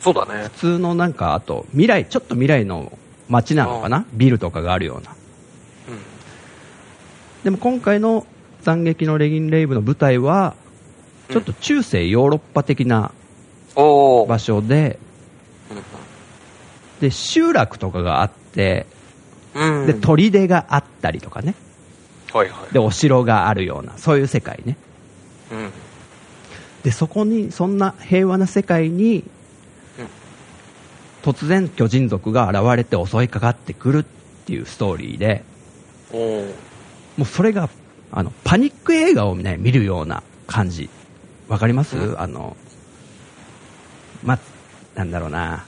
[SPEAKER 1] そうだね
[SPEAKER 2] 普。通のなんか、あと、未来、ちょっと未来の街なのかなビルとかがあるような。でも今回の斬撃のレギンレイブの舞台は、
[SPEAKER 1] うん
[SPEAKER 2] ちょっと中世ヨーロッパ的な
[SPEAKER 1] うん。おお。
[SPEAKER 2] 場所で、で、集落とかがあって、
[SPEAKER 1] うん。
[SPEAKER 2] で、砦があったりとかね。
[SPEAKER 1] はいはい。
[SPEAKER 2] で、お城があるような、そういう世界ね。
[SPEAKER 1] うん。
[SPEAKER 2] で、そこに、そんな平和な世界に
[SPEAKER 1] うん、
[SPEAKER 2] 突然巨人族が現れて襲いかかってくるっていうストーリーで、
[SPEAKER 1] おお。
[SPEAKER 2] もうそれが、あの、パニック映画をね、見るような感じ。わかります、
[SPEAKER 1] う
[SPEAKER 2] あの、ま、なんだろうな、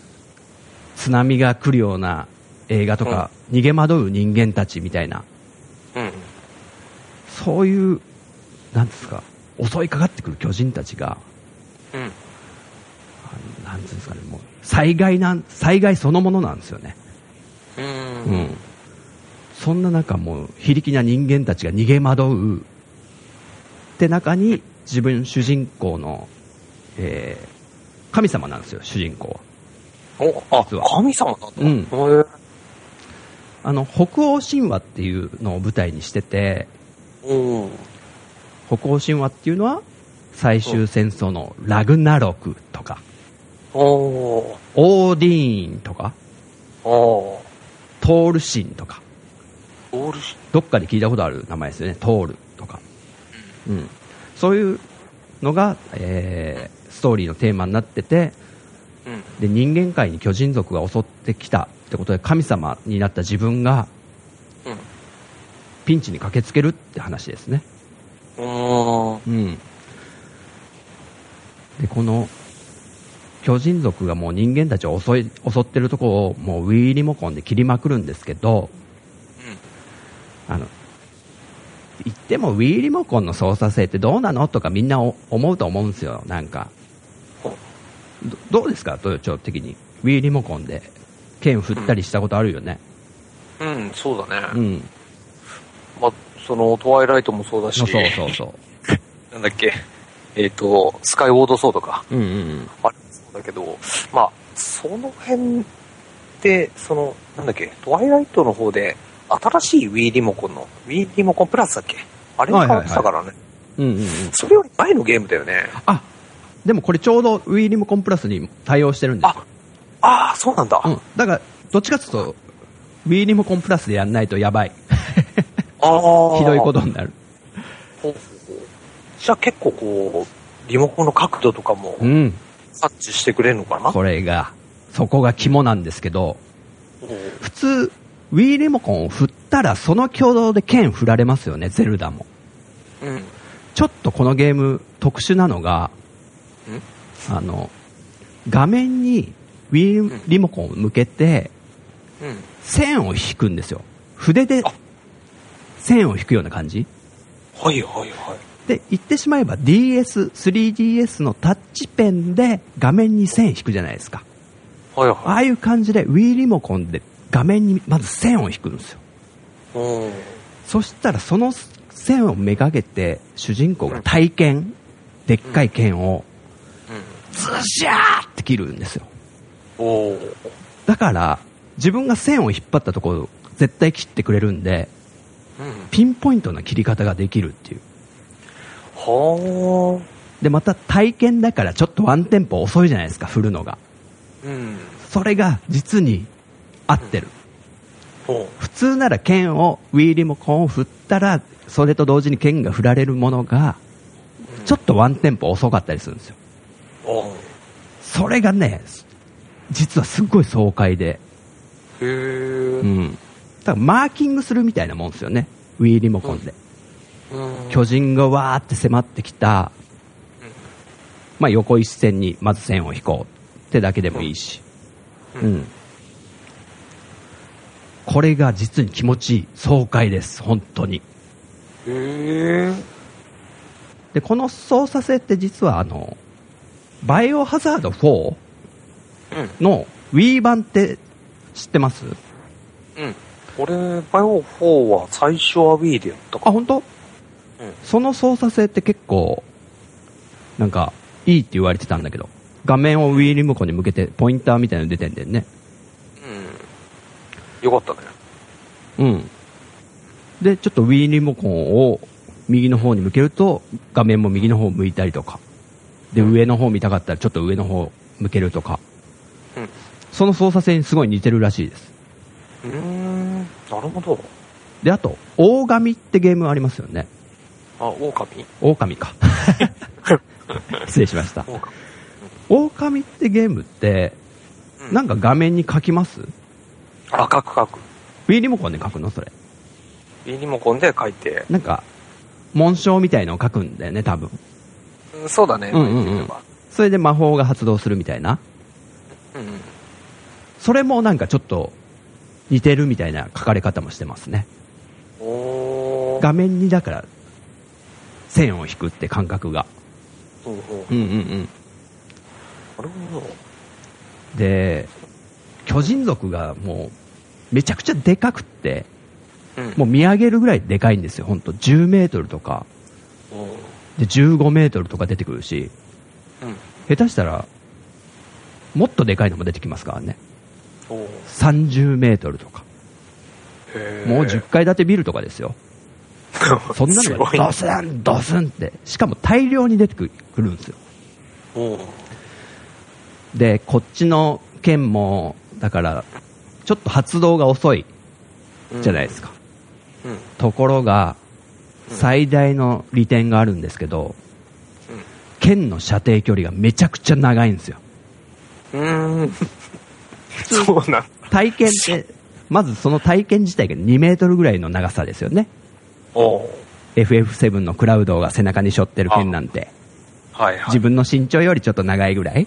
[SPEAKER 2] 津波が来るような映画とか、逃げ惑う人間たちみたいな、
[SPEAKER 1] うん。
[SPEAKER 2] そういう、なんですか、襲いかかってくる巨人たちが、
[SPEAKER 1] うん。
[SPEAKER 2] あのなんていうんですかね、もう、災害なん、災害そのものなんですよね。
[SPEAKER 1] うん。
[SPEAKER 2] うん。そんな中、もう、非力な人間たちが逃げ惑う、って中に、自分主人公の、えー、神様なんですよ、主人公は。
[SPEAKER 1] お、あ、
[SPEAKER 2] 実は
[SPEAKER 1] 神様なんだった。
[SPEAKER 2] うん
[SPEAKER 1] へえ
[SPEAKER 2] あの、北欧神話っていうのを舞台にしてて、
[SPEAKER 1] おー
[SPEAKER 2] 北欧神話っていうのは、最終戦争のラグナロクとか、
[SPEAKER 1] お
[SPEAKER 2] オーディーンとか、
[SPEAKER 1] ーおー
[SPEAKER 2] トール神とか、
[SPEAKER 1] オールし、
[SPEAKER 2] どっかで聞いたことある名前ですよね、トールとか、うん、そういうのが、えーストーリーのテーマになってて
[SPEAKER 1] うん。
[SPEAKER 2] で、人間界に巨人族が襲ってきたってことで、神様になった自分が
[SPEAKER 1] うん。
[SPEAKER 2] ピンチに駆けつけるって話ですね。
[SPEAKER 1] うん。
[SPEAKER 2] うん、でこの巨人族がもう人間たちを襲い襲ってるところをもうウィーリモコンで切りまくるんですけど、あの、言っても Wii リモコンの操作性ってどうなのとかみんなお思うと思うんですよ、なんか。どどうですか、トヨチョ的に。Wii リモコンで剣振ったりしたことあるよね。
[SPEAKER 1] うん。うん、そうだね。
[SPEAKER 2] うん。
[SPEAKER 1] まあ、その、トワイライトもそうだし、
[SPEAKER 2] のそうそうそう。
[SPEAKER 1] なんだっけ、えっ、と、スカイウォードソードか。
[SPEAKER 2] うんうん
[SPEAKER 1] あれもそうだけど、まあ、その辺って、その、なんだっけ、トワイライトの方で、新しい Wii リモコンの、Wii リモコンプラスだっけあれに変わってたからね。
[SPEAKER 2] うんうんうん
[SPEAKER 1] それより前のゲームだよね。
[SPEAKER 2] あでもこれちょうど Wii リモコンプラスに対応してるんですよ
[SPEAKER 1] あ、ああ、そうなんだ。
[SPEAKER 2] うん、だからどっちかっていうと Wii リモコンプラスでやんないとやばい
[SPEAKER 1] ああ。
[SPEAKER 2] ひどいことになる
[SPEAKER 1] ほうほうほうじゃあ結構こう、リモコンの角度とかも
[SPEAKER 2] うん
[SPEAKER 1] 察知してくれるのかな、
[SPEAKER 2] これがそこが肝なんですけど
[SPEAKER 1] ほう
[SPEAKER 2] 普通 Wii リモコンを振ったらその挙動で剣振られますよねゼルダも
[SPEAKER 1] うん。
[SPEAKER 2] ちょっとこのゲーム特殊なのがあの画面に Wii リモコンを向けて
[SPEAKER 1] うん。
[SPEAKER 2] 線を引くんですよ筆で
[SPEAKER 1] あ
[SPEAKER 2] 線を引くような感じ
[SPEAKER 1] はいはいはい。
[SPEAKER 2] で言ってしまえば DS3DS のタッチペンで画面に線引くじゃないですか
[SPEAKER 1] はい
[SPEAKER 2] あ
[SPEAKER 1] は
[SPEAKER 2] あいう感じで Wii リモコンで画面にまず線を引くんですよ
[SPEAKER 1] い。うん。
[SPEAKER 2] そしたらその線をめがけて主人公が体験でっかい剣をズシャーって切るんですよ
[SPEAKER 1] おおー。
[SPEAKER 2] だから自分が線を引っ張ったところ絶対切ってくれるんで
[SPEAKER 1] うん。
[SPEAKER 2] ピンポイントな切り方ができるっていう
[SPEAKER 1] は
[SPEAKER 2] でまた体験だからちょっとワンテンポ遅いじゃないですか振るのが
[SPEAKER 1] あ。うん。
[SPEAKER 2] それが実に合ってる
[SPEAKER 1] ほ
[SPEAKER 2] 普通なら剣を Wii リモコンを振ったらそれと同時に剣が振られるものが
[SPEAKER 1] う。
[SPEAKER 2] ちょっとワンテンポ遅かったりするんですよ
[SPEAKER 1] と。
[SPEAKER 2] それがね実はすっごい爽快で
[SPEAKER 1] へえ。
[SPEAKER 2] うんだからマーキングするみたいなもんですよね Wii リモコンで
[SPEAKER 1] うん。
[SPEAKER 2] 巨人がわーって迫ってきた、まあ、横一線にまず線を引こうってだけでもいいし、
[SPEAKER 1] う
[SPEAKER 2] うんん、これが実に気持ちいい爽快です本当に
[SPEAKER 1] へえ。
[SPEAKER 2] でこの操作性って実はあのバイオハザード4
[SPEAKER 1] うん。
[SPEAKER 2] の Wii 版って知ってます
[SPEAKER 1] うん。俺、バイオ4は最初は Wii でやったか
[SPEAKER 2] あ本当
[SPEAKER 1] ら。うん。
[SPEAKER 2] その操作性って結構なんかいいって言われてたんだけど画面を Wii リモコンに向けてポインターみたいなの出てんだよね
[SPEAKER 1] うん。よかったね。
[SPEAKER 2] うん。で、ちょっと Wii リモコンを右の方に向けると、画面も右の方向いたりとか。で、
[SPEAKER 1] うん
[SPEAKER 2] 上の方見たかったら、ちょっと上の方向けるとか。
[SPEAKER 1] うん。
[SPEAKER 2] その操作性にすごい似てるらしいです。
[SPEAKER 1] うーん、なるほど。
[SPEAKER 2] で、あと、大神ってゲームありますよね。
[SPEAKER 1] あ、狼
[SPEAKER 2] 狼か。失礼しました。
[SPEAKER 1] 狼。
[SPEAKER 2] 狼ってゲームって、なん
[SPEAKER 1] か、
[SPEAKER 2] か画面に書きます
[SPEAKER 1] 赤く書く。
[SPEAKER 2] ?Wii リモコンで書くのそれ。
[SPEAKER 1] B リモコンで書いて。
[SPEAKER 2] なんか、紋章みたいのを書くんだよね、多分。
[SPEAKER 1] うんそうだね、
[SPEAKER 2] うんうんう
[SPEAKER 1] 書
[SPEAKER 2] ん
[SPEAKER 1] いてれば
[SPEAKER 2] それで魔法が発動するみたいな。
[SPEAKER 1] うんうん。
[SPEAKER 2] それもなんかちょっと似てるみたいな書かれ方もしてますね。
[SPEAKER 1] おー。
[SPEAKER 2] 画面にだから線を引くって感覚が。
[SPEAKER 1] うんうんな
[SPEAKER 2] うんうんうん。
[SPEAKER 1] るほど。
[SPEAKER 2] で、巨人族がもうめちゃくちゃでかくって、
[SPEAKER 1] うん。
[SPEAKER 2] もう見上げるぐらいでかいんですよ。ほんと10メートルとか、
[SPEAKER 1] うん。
[SPEAKER 2] で15メートルとか出てくるし、
[SPEAKER 1] うん。
[SPEAKER 2] 下手したらもっとでかいのも出てきますからね。
[SPEAKER 1] おー
[SPEAKER 2] 30メートルとか。
[SPEAKER 1] へー
[SPEAKER 2] もう10階建てビルとかで すよ。そんな
[SPEAKER 1] す
[SPEAKER 2] の
[SPEAKER 1] ご
[SPEAKER 2] が
[SPEAKER 1] い
[SPEAKER 2] ドスン、ドスンって。しかも大量に出てくるんですよ。
[SPEAKER 1] おー
[SPEAKER 2] で、こっちの剣も、だから、ちょっと発動が遅い
[SPEAKER 1] うん
[SPEAKER 2] じゃないですか。
[SPEAKER 1] うん。うん。
[SPEAKER 2] ところが、
[SPEAKER 1] うん
[SPEAKER 2] 最大の利点があるんですけど、剣の射程距離がめちゃくちゃ長いんですよ。
[SPEAKER 1] うーん。そうなん
[SPEAKER 2] 体 験って、まずその体験自体が2メートルぐらいの長さですよね。
[SPEAKER 1] おー
[SPEAKER 2] FF7 のクラウドが背中に背負ってる剣なんて、
[SPEAKER 1] はいはい。
[SPEAKER 2] 自分の身長よりちょっと長いぐら
[SPEAKER 1] うん。
[SPEAKER 2] い。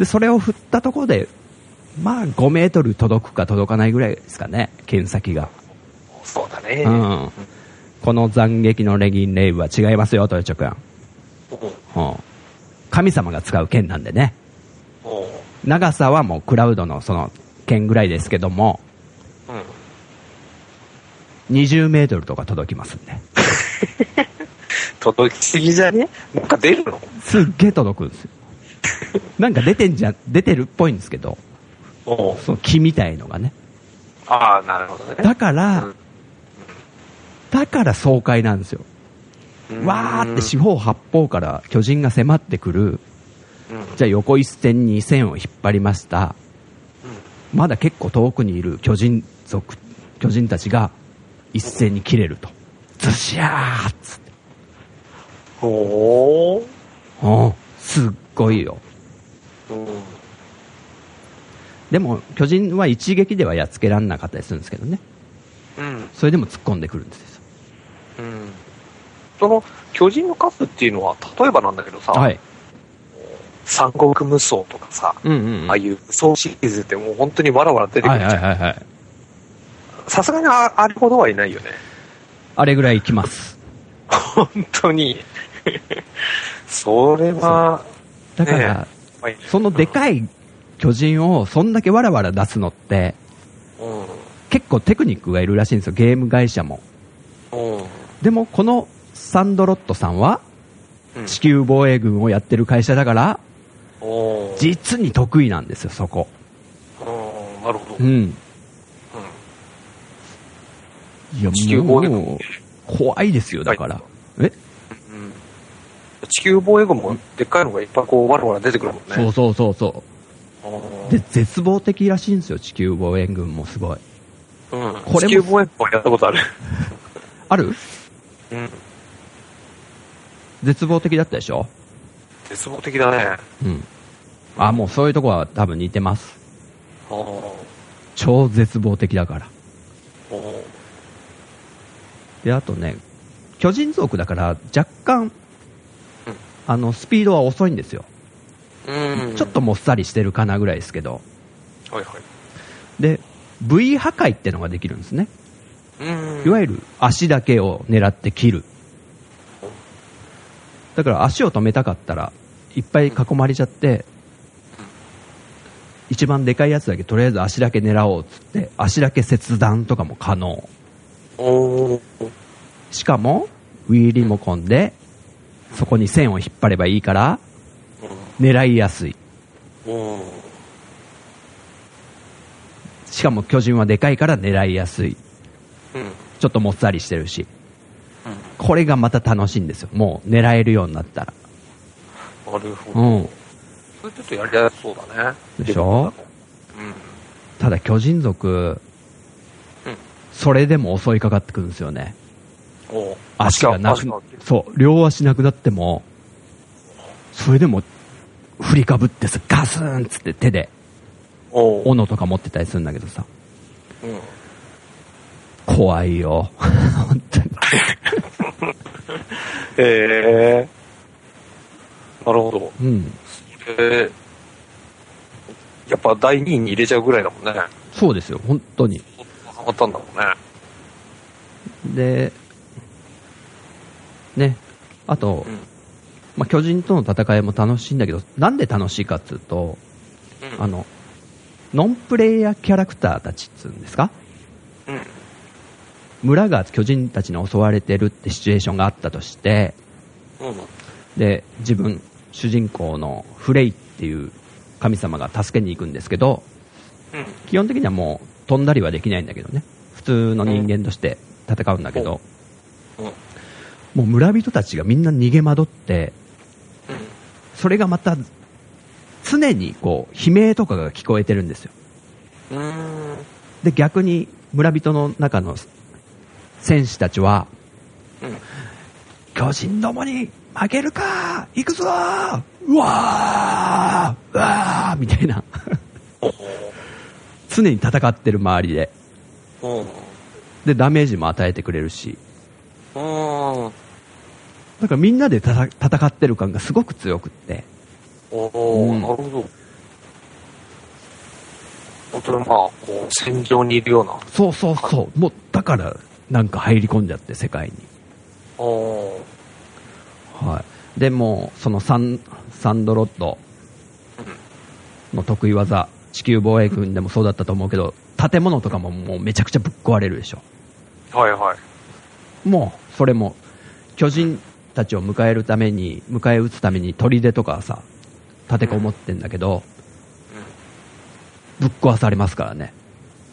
[SPEAKER 2] で、それを振ったところで、まあ5メートル届くか届かないぐらいですかね、剣先が。
[SPEAKER 1] そうだね。
[SPEAKER 2] うん。この斬撃のレギンレイブは違いますよ、トヨチョ君。
[SPEAKER 1] おー
[SPEAKER 2] うん。神様が使う剣なんでね。
[SPEAKER 1] おー
[SPEAKER 2] 長さはもうクラウドのその剣ぐらいですけども、
[SPEAKER 1] うん。
[SPEAKER 2] 20メートルとか届きますんで。
[SPEAKER 1] 届きすぎじゃねなんか出るの
[SPEAKER 2] すっげえ届くんですよ。なんか出てんじゃ、出てるっぽいんですけど、
[SPEAKER 1] お
[SPEAKER 2] その木みたいのがね。
[SPEAKER 1] ああ、なるほどね。
[SPEAKER 2] だから、
[SPEAKER 1] うん
[SPEAKER 2] だから爽快なんですよ。わーって四方八方から巨人が迫ってくる。
[SPEAKER 1] うん、
[SPEAKER 2] じゃあ横一線に線を引っ張りました。まだ結構遠くにいる巨人族、巨人たちが一斉に切れると。ズシャーっつって。
[SPEAKER 1] うん、おー、
[SPEAKER 2] うん。すっごいよ。
[SPEAKER 1] うん、
[SPEAKER 2] でも、巨人は一撃ではやっつけられなかったりするんですけどね。
[SPEAKER 1] うん、
[SPEAKER 2] それでも突っ込んでくるんですよ。
[SPEAKER 1] うん。その、巨人の数っていうのは、例えばなんだけどさ、
[SPEAKER 2] はい。
[SPEAKER 1] 三国無双とかさ、
[SPEAKER 2] うんう
[SPEAKER 1] ああいう無双シリーズってもう本当にわらわら出てく
[SPEAKER 2] は
[SPEAKER 1] る
[SPEAKER 2] い
[SPEAKER 1] じゃん
[SPEAKER 2] はいはいはい。
[SPEAKER 1] さすがにああれほどはいないよね。
[SPEAKER 2] あれぐらい行きます。
[SPEAKER 1] 本当に。それは、
[SPEAKER 2] だから、
[SPEAKER 1] ねはい
[SPEAKER 2] そのでかい巨人をそんだけわらわら出すのって、
[SPEAKER 1] うん。
[SPEAKER 2] 結構テクニックがいるらしいんですよ、ゲーム会社も。
[SPEAKER 1] うん。
[SPEAKER 2] でも、このサンドロットさんは、
[SPEAKER 1] うん
[SPEAKER 2] 地球防衛軍をやってる会社だから、
[SPEAKER 1] おー
[SPEAKER 2] 実に得意なんですよ、そこ。
[SPEAKER 1] うんなるほど。
[SPEAKER 2] う
[SPEAKER 1] うん
[SPEAKER 2] ん。いや、
[SPEAKER 1] 地球防衛軍
[SPEAKER 2] もう怖いですよ、だから。え
[SPEAKER 1] うん地球防衛軍もでっかいのがいっぱいこう、わらわら出てくるもんね。
[SPEAKER 2] そうそうそうそ
[SPEAKER 1] うん
[SPEAKER 2] う。で、絶望的らしいんですよ、地球防衛軍もすごい。
[SPEAKER 1] うん
[SPEAKER 2] これも
[SPEAKER 1] 地球防衛軍はやったことある。
[SPEAKER 2] ある
[SPEAKER 1] うん。
[SPEAKER 2] 絶望的だったでしょ
[SPEAKER 1] 絶望的だね。
[SPEAKER 2] うん。あ、もうそういうとこは多分似てます。
[SPEAKER 1] うん
[SPEAKER 2] 超絶望的だから。
[SPEAKER 1] うん
[SPEAKER 2] で、あとね、巨人族だから若干
[SPEAKER 1] うん、
[SPEAKER 2] あの、スピードは遅いんですよ。
[SPEAKER 1] うん
[SPEAKER 2] ちょっともっさりしてるかなぐらいですけど。
[SPEAKER 1] はいはい。
[SPEAKER 2] で、V 破壊ってのができるんですね。
[SPEAKER 1] うん
[SPEAKER 2] いわゆる足だけを狙って切る。だから足を止めたかったら、いっぱい囲まれちゃって、一番でかいやつだけとりあえず足だけ狙おうっつって、足だけ切断とかも可能。
[SPEAKER 1] おー
[SPEAKER 2] しかも、ウィーリモコンで、そこに線を引っ張ればいいから、狙いやすい。
[SPEAKER 1] うん。
[SPEAKER 2] しかも巨人はでかいから狙いやすい。
[SPEAKER 1] うん。
[SPEAKER 2] ちょっともっさりしてるし。これがまた楽しいんですよ。もう狙えるようになったら。
[SPEAKER 1] なるほ
[SPEAKER 2] う
[SPEAKER 1] ど。
[SPEAKER 2] ん。
[SPEAKER 1] それちょっとやりやすそうだね。
[SPEAKER 2] でしょ
[SPEAKER 1] うん。
[SPEAKER 2] ただ巨人族、
[SPEAKER 1] うん
[SPEAKER 2] それでも襲いかかってくるんですよね。
[SPEAKER 1] おう
[SPEAKER 2] 足がなく
[SPEAKER 1] 足が、
[SPEAKER 2] そう、両足なくなっても、それでも振りかぶってさ、ガスーンっつって手で、
[SPEAKER 1] おう
[SPEAKER 2] 斧とか持ってたりするんだけどさ、
[SPEAKER 1] うん。
[SPEAKER 2] 怖いよ。 本当に。
[SPEAKER 1] へえ。なるほど。
[SPEAKER 2] うん。
[SPEAKER 1] えやっぱ第2位に入れちゃうぐらいだもんね。
[SPEAKER 2] そうですよ、本当に。
[SPEAKER 1] ハマったんだもんね。
[SPEAKER 2] で、ね、あと、
[SPEAKER 1] うん
[SPEAKER 2] まあ、巨人との戦いも楽しいんだけど、なんで楽しいかっつうと、
[SPEAKER 1] うん
[SPEAKER 2] あの、ノンプレイヤーキャラクターたちっつうんですか
[SPEAKER 1] うん。
[SPEAKER 2] 村が巨人たちに襲われてるってシチュエーションがあったとして、
[SPEAKER 1] うん。
[SPEAKER 2] で、自分、主人公のフレイっていう神様が助けに行くんですけど、
[SPEAKER 1] うん。
[SPEAKER 2] 基本的にはもう飛んだりはできないんだけどね。普通の人間として戦うんだけど、
[SPEAKER 1] うん。
[SPEAKER 2] もう村人たちがみんな逃げ惑って、それがまた、常にこう、悲鳴とかが聞こえてるんですよ。
[SPEAKER 1] うん。
[SPEAKER 2] で、逆に村人の中の戦士たちは、
[SPEAKER 1] うん。
[SPEAKER 2] 巨人どもに負けるか行くぞーうわーうわーみたいな。 常に戦ってる周りで。
[SPEAKER 1] うん。
[SPEAKER 2] で、ダメージも与えてくれるし。
[SPEAKER 1] うん。
[SPEAKER 2] だからみんなでたた戦ってる感がすごく強くって。
[SPEAKER 1] おお、
[SPEAKER 2] うん
[SPEAKER 1] なるほど。本当にまあ、こう、戦場にいるような。
[SPEAKER 2] そうそうそう。もう、だから、なんか入り込んじゃって、世界に。
[SPEAKER 1] おお。
[SPEAKER 2] はい。でもう、そのサン、サンドロットの得意技、地球防衛軍でもそうだったと思うけど、建物とかももうめちゃくちゃぶっ壊れるでしょ。
[SPEAKER 1] はいはい。
[SPEAKER 2] もう、それも、巨人たちを迎えるために、迎え撃つために砦とかさ、立てこもってんだけど、ぶっ壊されますからね。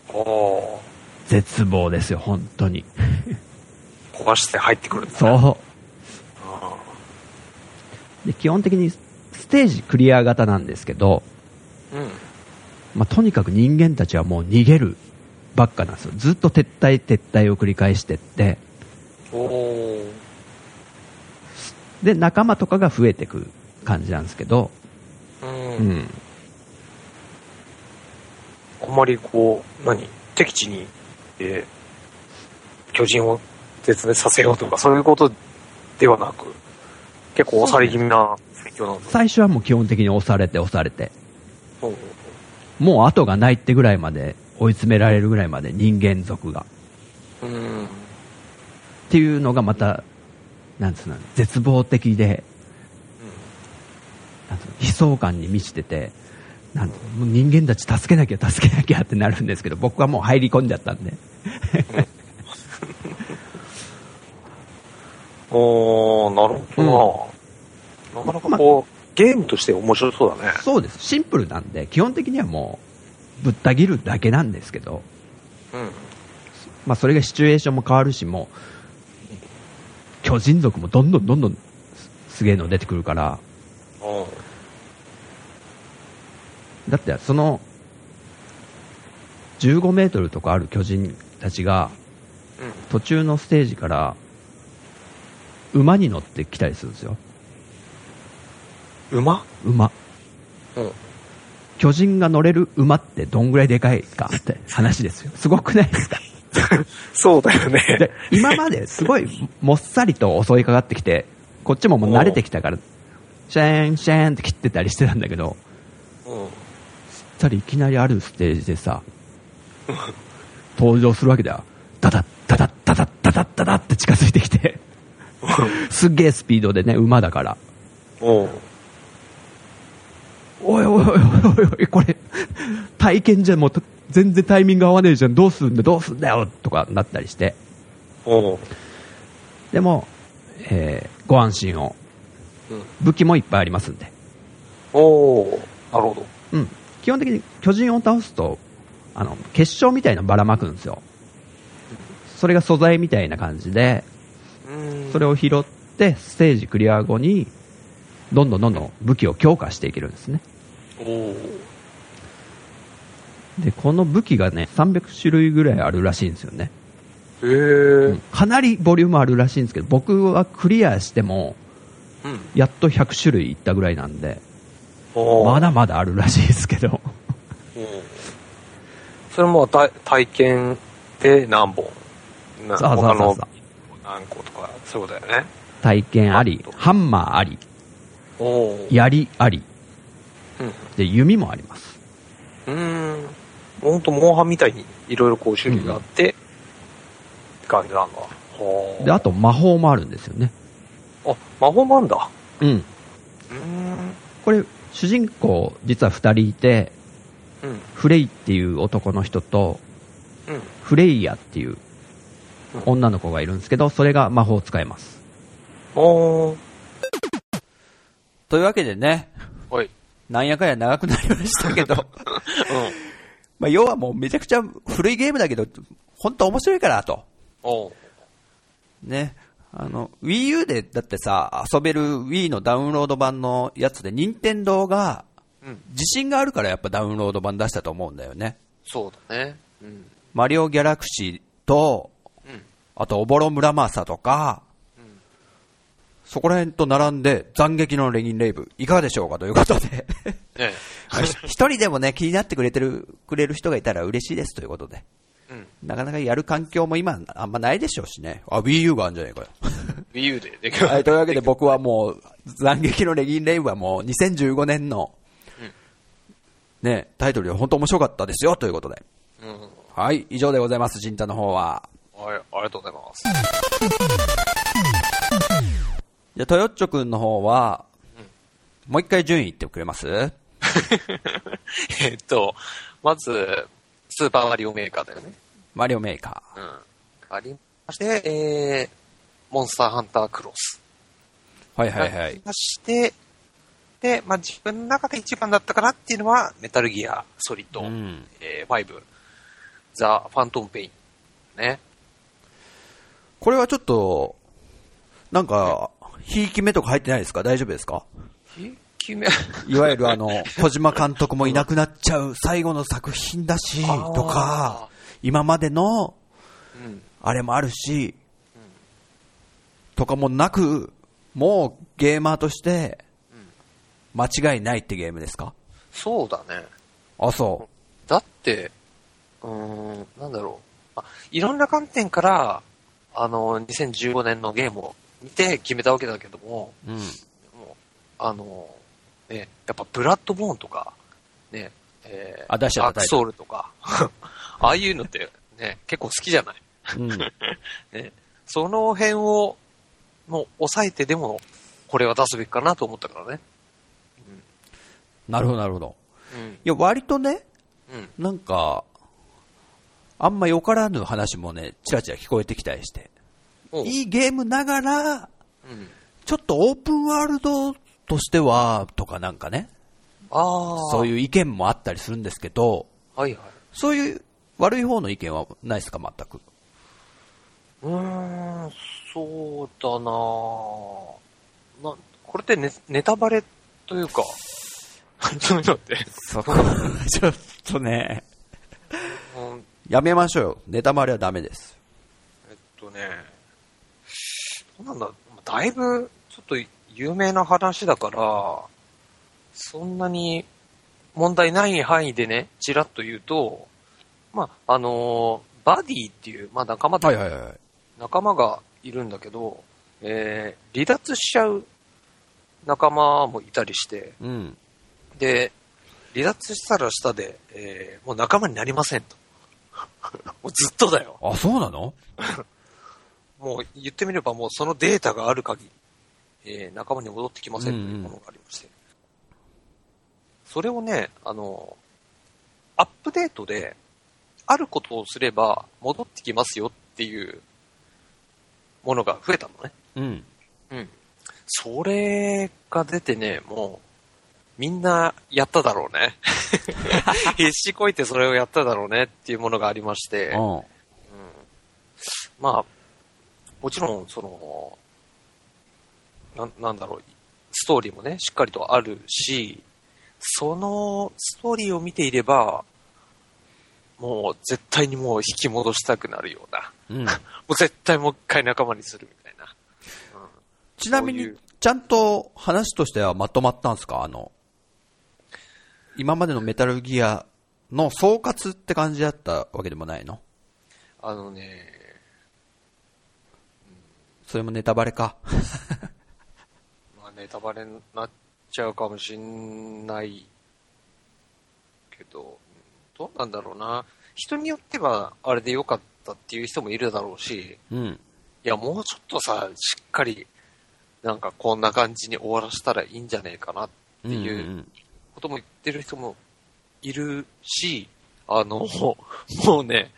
[SPEAKER 1] うん。おー
[SPEAKER 2] 絶望ですよ、本当に。
[SPEAKER 1] 壊して入ってくるんだね。
[SPEAKER 2] そ
[SPEAKER 1] あ
[SPEAKER 2] う。で、基本的にステージクリア型なんですけど、
[SPEAKER 1] ー。うん。
[SPEAKER 2] まあ、とにかく人間たちはもう逃げるばっかなんですよ。ずっと撤退、撤退を繰り返してって、
[SPEAKER 1] おー
[SPEAKER 2] で、仲間とかが増えてく感じなんですけど、
[SPEAKER 1] うん。
[SPEAKER 2] うん。
[SPEAKER 1] あんまりこう、何敵地に、えー巨人を絶滅させようとか、そういうことではなく、結構押され気味な説教なんです
[SPEAKER 2] 最初はもう基本的に押されて押されて、
[SPEAKER 1] そう
[SPEAKER 2] もう後がないってぐらいまで追い詰められるぐらいまで人間族が。
[SPEAKER 1] うん。
[SPEAKER 2] っていうのがまた、なんつうの、絶望的で、なんつうの悲壮感に満ちてて、なんつうのもう人間たち助けなきゃ助けなきゃってなるんですけど、僕はもう入り込んじゃったんで。
[SPEAKER 1] おー、なるほどな。なかなかこう、ゲームとして面白そうだね。
[SPEAKER 2] そうです。シンプルなんで、基本的にはもう、ぶった切るだけなんですけど、
[SPEAKER 1] うん。
[SPEAKER 2] まあそれがシチュエーションも変わるし、もう、巨人族もどんどんどんどんすすげえの出てくるから、
[SPEAKER 1] うん。
[SPEAKER 2] だってその15メートルとかある巨人たちが途中のステージから馬に乗ってきたりするんですよ
[SPEAKER 1] うん。馬
[SPEAKER 2] 馬
[SPEAKER 1] うん。
[SPEAKER 2] 巨人が乗れる馬ってどんぐらいでかいかって話ですよすごくないですか
[SPEAKER 1] そうだよね。
[SPEAKER 2] で今まですごいもっさりと襲いかかってきてこっちももう慣れてきたからシャーンシャーンって切ってたりしてたんだけど
[SPEAKER 1] うん。
[SPEAKER 2] そしたらいきなりあるステージでさ、登場するわけだよ。ダダッ、ダダッ、ダダッ、ダダッ、ダダッって近づいてきて、すっげえスピードでね、馬だから。
[SPEAKER 1] おう
[SPEAKER 2] おいおいおいおいおい、これ、体験じゃもう全然タイミング合わねえじゃん、どうすんだ、どうすんだよ、とかなったりして。
[SPEAKER 1] おう
[SPEAKER 2] でも、えーご安心を。
[SPEAKER 1] うん。
[SPEAKER 2] 武器もいっぱいありますんで。
[SPEAKER 1] おうなるほど。
[SPEAKER 2] うん。基本的に巨人を倒すと、あの、結晶みたいなのばらまくんですよ。それが素材みたいな感じで、
[SPEAKER 1] うん
[SPEAKER 2] それを拾って、ステージクリア後に、どんどんどんどん武器を強化していけるんですね。
[SPEAKER 1] おう
[SPEAKER 2] で、この武器がね、300種類ぐらいあるらしいんですよね。
[SPEAKER 1] へえ。
[SPEAKER 2] うんかなりボリュームあるらしいんですけど、僕はクリアしても、
[SPEAKER 1] うん。
[SPEAKER 2] やっと100種類いったぐらいなんで、
[SPEAKER 1] おう
[SPEAKER 2] まだまだあるらしいですけど、
[SPEAKER 1] うんそれも体体験で何本な
[SPEAKER 2] そうそうそう
[SPEAKER 1] 他の
[SPEAKER 2] そう
[SPEAKER 1] 何個とか、そういうことだよね。
[SPEAKER 2] 体験あり、ハンマーあり、
[SPEAKER 1] おお。
[SPEAKER 2] 槍あり、
[SPEAKER 1] うん。
[SPEAKER 2] で、弓もあります。
[SPEAKER 1] うーん。ほんと、モンハンみたいにいろいろこう種類があって、って感じなんだ。ほう
[SPEAKER 2] で、あと魔法もあるんですよね。
[SPEAKER 1] あ、魔法もあんだ。
[SPEAKER 2] うん。
[SPEAKER 1] うーん。
[SPEAKER 2] これ、主人公、実は2人いて、
[SPEAKER 1] うん。
[SPEAKER 2] フレイっていう男の人と、
[SPEAKER 1] うん。
[SPEAKER 2] フレイヤっていう女の子がいるんですけど、それが魔法を使えます。
[SPEAKER 1] おー。
[SPEAKER 3] というわけでね、
[SPEAKER 1] はい。
[SPEAKER 3] なんやかんや長くなりましたけ ど、
[SPEAKER 1] うん。
[SPEAKER 3] まあ要はもうめちゃくちゃ古いゲームだけど、本当面白いからと。
[SPEAKER 1] おー。
[SPEAKER 3] ね。あの、Wii U でだってさ、遊べる Wii のダウンロード版のやつで、任天堂が
[SPEAKER 1] うん、
[SPEAKER 3] 自信があるからやっぱダウンロード版出したと思うんだよね。
[SPEAKER 1] そうだね。うん。
[SPEAKER 3] マリオギャラクシーと、
[SPEAKER 1] うん。
[SPEAKER 3] あと、おぼろ村正とか、そこら辺と並んで、斬撃のレギンレイブ、いかがでしょうかということで、
[SPEAKER 1] ね
[SPEAKER 3] 一人でもね、気になってくれてる、くれる人がいたら嬉しいですということで、
[SPEAKER 1] うん。
[SPEAKER 3] なかなかやる環境も今、あんまないでしょうしね。あ、Wii U があるんじゃないかよ。
[SPEAKER 1] Wii U でで き
[SPEAKER 3] はい、というわけで 僕はもう、斬撃のレギンレイブはもう2015年の、ね、タイトルで本当面白かったですよということで。
[SPEAKER 1] うん。はい、
[SPEAKER 3] はい、以上でございます、ジンタの方は。
[SPEAKER 1] ありがとうございます。
[SPEAKER 3] じゃあ、トヨッチョくんの方は、もう一回順位言ってくれます
[SPEAKER 1] えっと、まず、スーパーマリオメーカーだよね。
[SPEAKER 3] マリオメーカ
[SPEAKER 1] うん。ありまして、えー、モンスターハンタークロス。
[SPEAKER 3] ー。
[SPEAKER 2] はいはいはい。
[SPEAKER 1] がして、で、まあ、自分の中で一番だったかなっていうのは、メタルギア、ソリッド、
[SPEAKER 2] うん
[SPEAKER 1] えー、5、ザ・ファントム・ペイン。ね。
[SPEAKER 2] これはちょっと、なんか、ひいき目とか入ってないですか大丈夫ですか
[SPEAKER 1] 1球 目。
[SPEAKER 2] いわゆるあ の、小島監督もいなくなっちゃう最後の作品だし、
[SPEAKER 1] あー
[SPEAKER 2] とか、今までの
[SPEAKER 1] うん。
[SPEAKER 2] あれもあるし、とかもなく、もうゲーマーとして、間違いないってゲームですか
[SPEAKER 1] そうだね。
[SPEAKER 2] あ、そ
[SPEAKER 1] だって、うーん、なんだろう。あいろんな観点から、あの、2015年のゲームを見て決めたわけだけども、
[SPEAKER 2] う。うん。
[SPEAKER 1] もうあの、ね、やっぱブラッドボーンとか、ね、えー
[SPEAKER 2] あ出しちゃ
[SPEAKER 1] ア
[SPEAKER 2] った
[SPEAKER 1] ークソウルとか、 ああいうのってね、結構好きじゃない ね、その辺を、もう抑えてでも、これは出すべきかなと思ったからね。
[SPEAKER 2] なるほど、なるほど。
[SPEAKER 1] うん。
[SPEAKER 2] いや、割とね、
[SPEAKER 1] うん。
[SPEAKER 2] なんか、あんまよからぬ話もね、ちらちら聞こえてきたりして。
[SPEAKER 1] おう
[SPEAKER 2] いいゲームながら、
[SPEAKER 1] うん。
[SPEAKER 2] ちょっとオープンワールドとしては、とかなんかね、
[SPEAKER 1] ああ。。
[SPEAKER 2] そういうう意見もあったりするんですけど、
[SPEAKER 1] はいはい。
[SPEAKER 2] そういう悪い方の意見はないですか、全く。
[SPEAKER 1] うーん、そうだなぁなこれってネネタバレというか、 そういうのって、
[SPEAKER 2] そこは ちょっとね、
[SPEAKER 1] うん、
[SPEAKER 2] やめましょうよ。ネタバレはダメです。
[SPEAKER 1] えっとね、どうなんだ、だいぶちょっと有名な話だから、そんなに問題ない範囲でね、ちらっと言うと、まあ、あのーバディっていう、まあ、仲間と、
[SPEAKER 2] はいはいはい。
[SPEAKER 1] 仲間がいるんだけど、えー離脱しちゃう仲間もいたりして、
[SPEAKER 2] うん。
[SPEAKER 1] で、離脱したらしたで、えーもう仲間になりませんと。 もうずっとだよ。
[SPEAKER 2] あ、そうなの
[SPEAKER 1] もう言ってみればもうそのデータがある限り、えー仲間に戻ってきませんというものがありまして。それをね、あの、アップデートで、あることをすれば戻ってきますよっていうものが増えたのね。
[SPEAKER 2] うん。
[SPEAKER 1] うん。それが出てね、もう、みんなやっただろう ね。必死こいてそれをやっただろうねっていうものがありまして、
[SPEAKER 2] うん。
[SPEAKER 1] まあ、もちろん、その、なん、なんだろう、ストーリーもね、しっかりとあるし、そのストーリーを見ていれば、もう絶対にもう引き戻したくなるような、
[SPEAKER 2] うん。
[SPEAKER 1] もう絶対もう一回仲間にするみたいな。うん
[SPEAKER 2] ちなみ
[SPEAKER 1] そうい
[SPEAKER 2] に
[SPEAKER 1] う、
[SPEAKER 2] ちゃんと話としてはまとまったんですかあの、今までのメタルギアの総括って感じだったわけでもないの
[SPEAKER 1] あのね、
[SPEAKER 2] それもネタバレか。
[SPEAKER 1] まあ、ネタバレになっちゃうかもしんないけど、うんどうなんだろうな。人によっては、あれで良かったっていう人もいるだろうし、
[SPEAKER 2] うん。
[SPEAKER 1] いや、もうちょっとさ、しっかり、なんかこんな感じに終わらせたらいいんじゃねえかなっていう
[SPEAKER 2] うんうん
[SPEAKER 1] ことも言ってる人もいるし、あの、 もうもうね、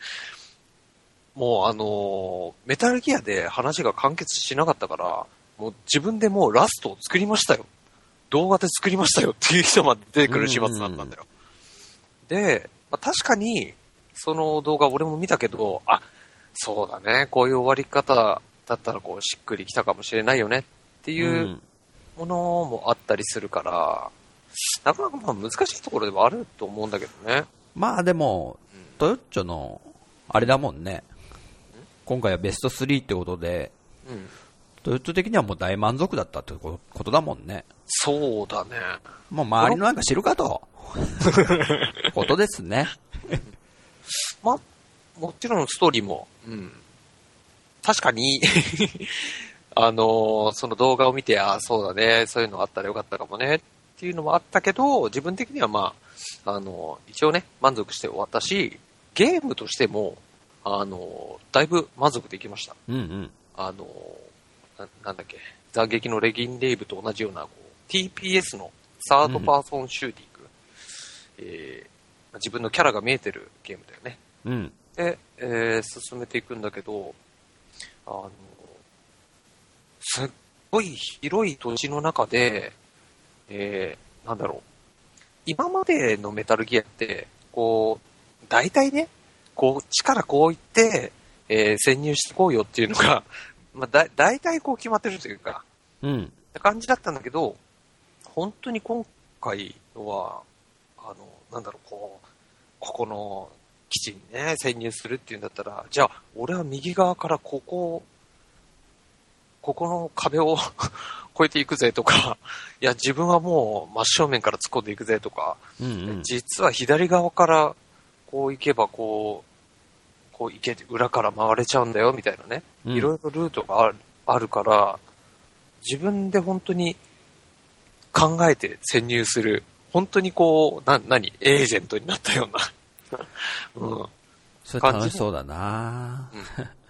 [SPEAKER 1] もうあの、メタルギアで話が完結しなかったから、もう自分でもうラストを作りましたよ。動画で作りましたよっていう人まで出てくる始末だったんだよ。で、まあ、確かに、その動画俺も見たけど、あ、そうだね、こういう終わり方だったらこうしっくりきたかもしれないよねっていう、
[SPEAKER 2] うん
[SPEAKER 1] ものもあったりするから、なかなかまあ難しいところではあると思うんだけどね。
[SPEAKER 2] まあでも
[SPEAKER 1] うん、
[SPEAKER 2] トヨッチョの、あれだもんね。今回はベスト3ってことで、
[SPEAKER 1] うん。
[SPEAKER 2] トヨッチョ的にはもう大満足だったってこことだもんね。
[SPEAKER 1] そうだね。
[SPEAKER 2] もう周りのなんか知るか と。ことですね。
[SPEAKER 1] まあ、もちろんストーリーも、うん。確かに、 あのーその動画を見て、ああ、そうだね、そういうのあったらよかったかもね、っていうのもあったけど、自分的にはまあ、あのー一応ね、満足して終わったし、ゲームとしても、あのーだいぶ満足できました。
[SPEAKER 2] うんうん。
[SPEAKER 1] あのな、なんだっけ、斬撃のレギンレイブと同じような、こう TPS のサードパーソンシューティング、えー自分のキャラが見えてるゲームだよね。
[SPEAKER 2] うん。
[SPEAKER 1] で、えー進めていくんだけど、あの、すっごい広い土地の中で、えー、なんだろう。今までのメタルギアって、こう、大体ね、こう、力こういって、えー潜入してこうよっていうのが、 まあ、だ、大体こう決まってるというか、
[SPEAKER 2] うん。
[SPEAKER 1] って感じだったんだけど、本当に今回のは、あの、なんだろう、こう、ここの基地にね、潜入するっていうんだったら、じゃあ、俺は右側からここを、ここの壁を 越えていくぜとか、いや、自分はもう真正面から突っ込んでいくぜとか、
[SPEAKER 2] うんうん。
[SPEAKER 1] 実は左側からこう行けばこう、こう行けて裏から回れちゃうんだよみたいなね。
[SPEAKER 2] うん
[SPEAKER 1] いろいろルートがあるあるから、自分で本当に考えて潜入する、本当にこう、な、何エージェントになったよ うな。うん。
[SPEAKER 2] それ楽しそうだな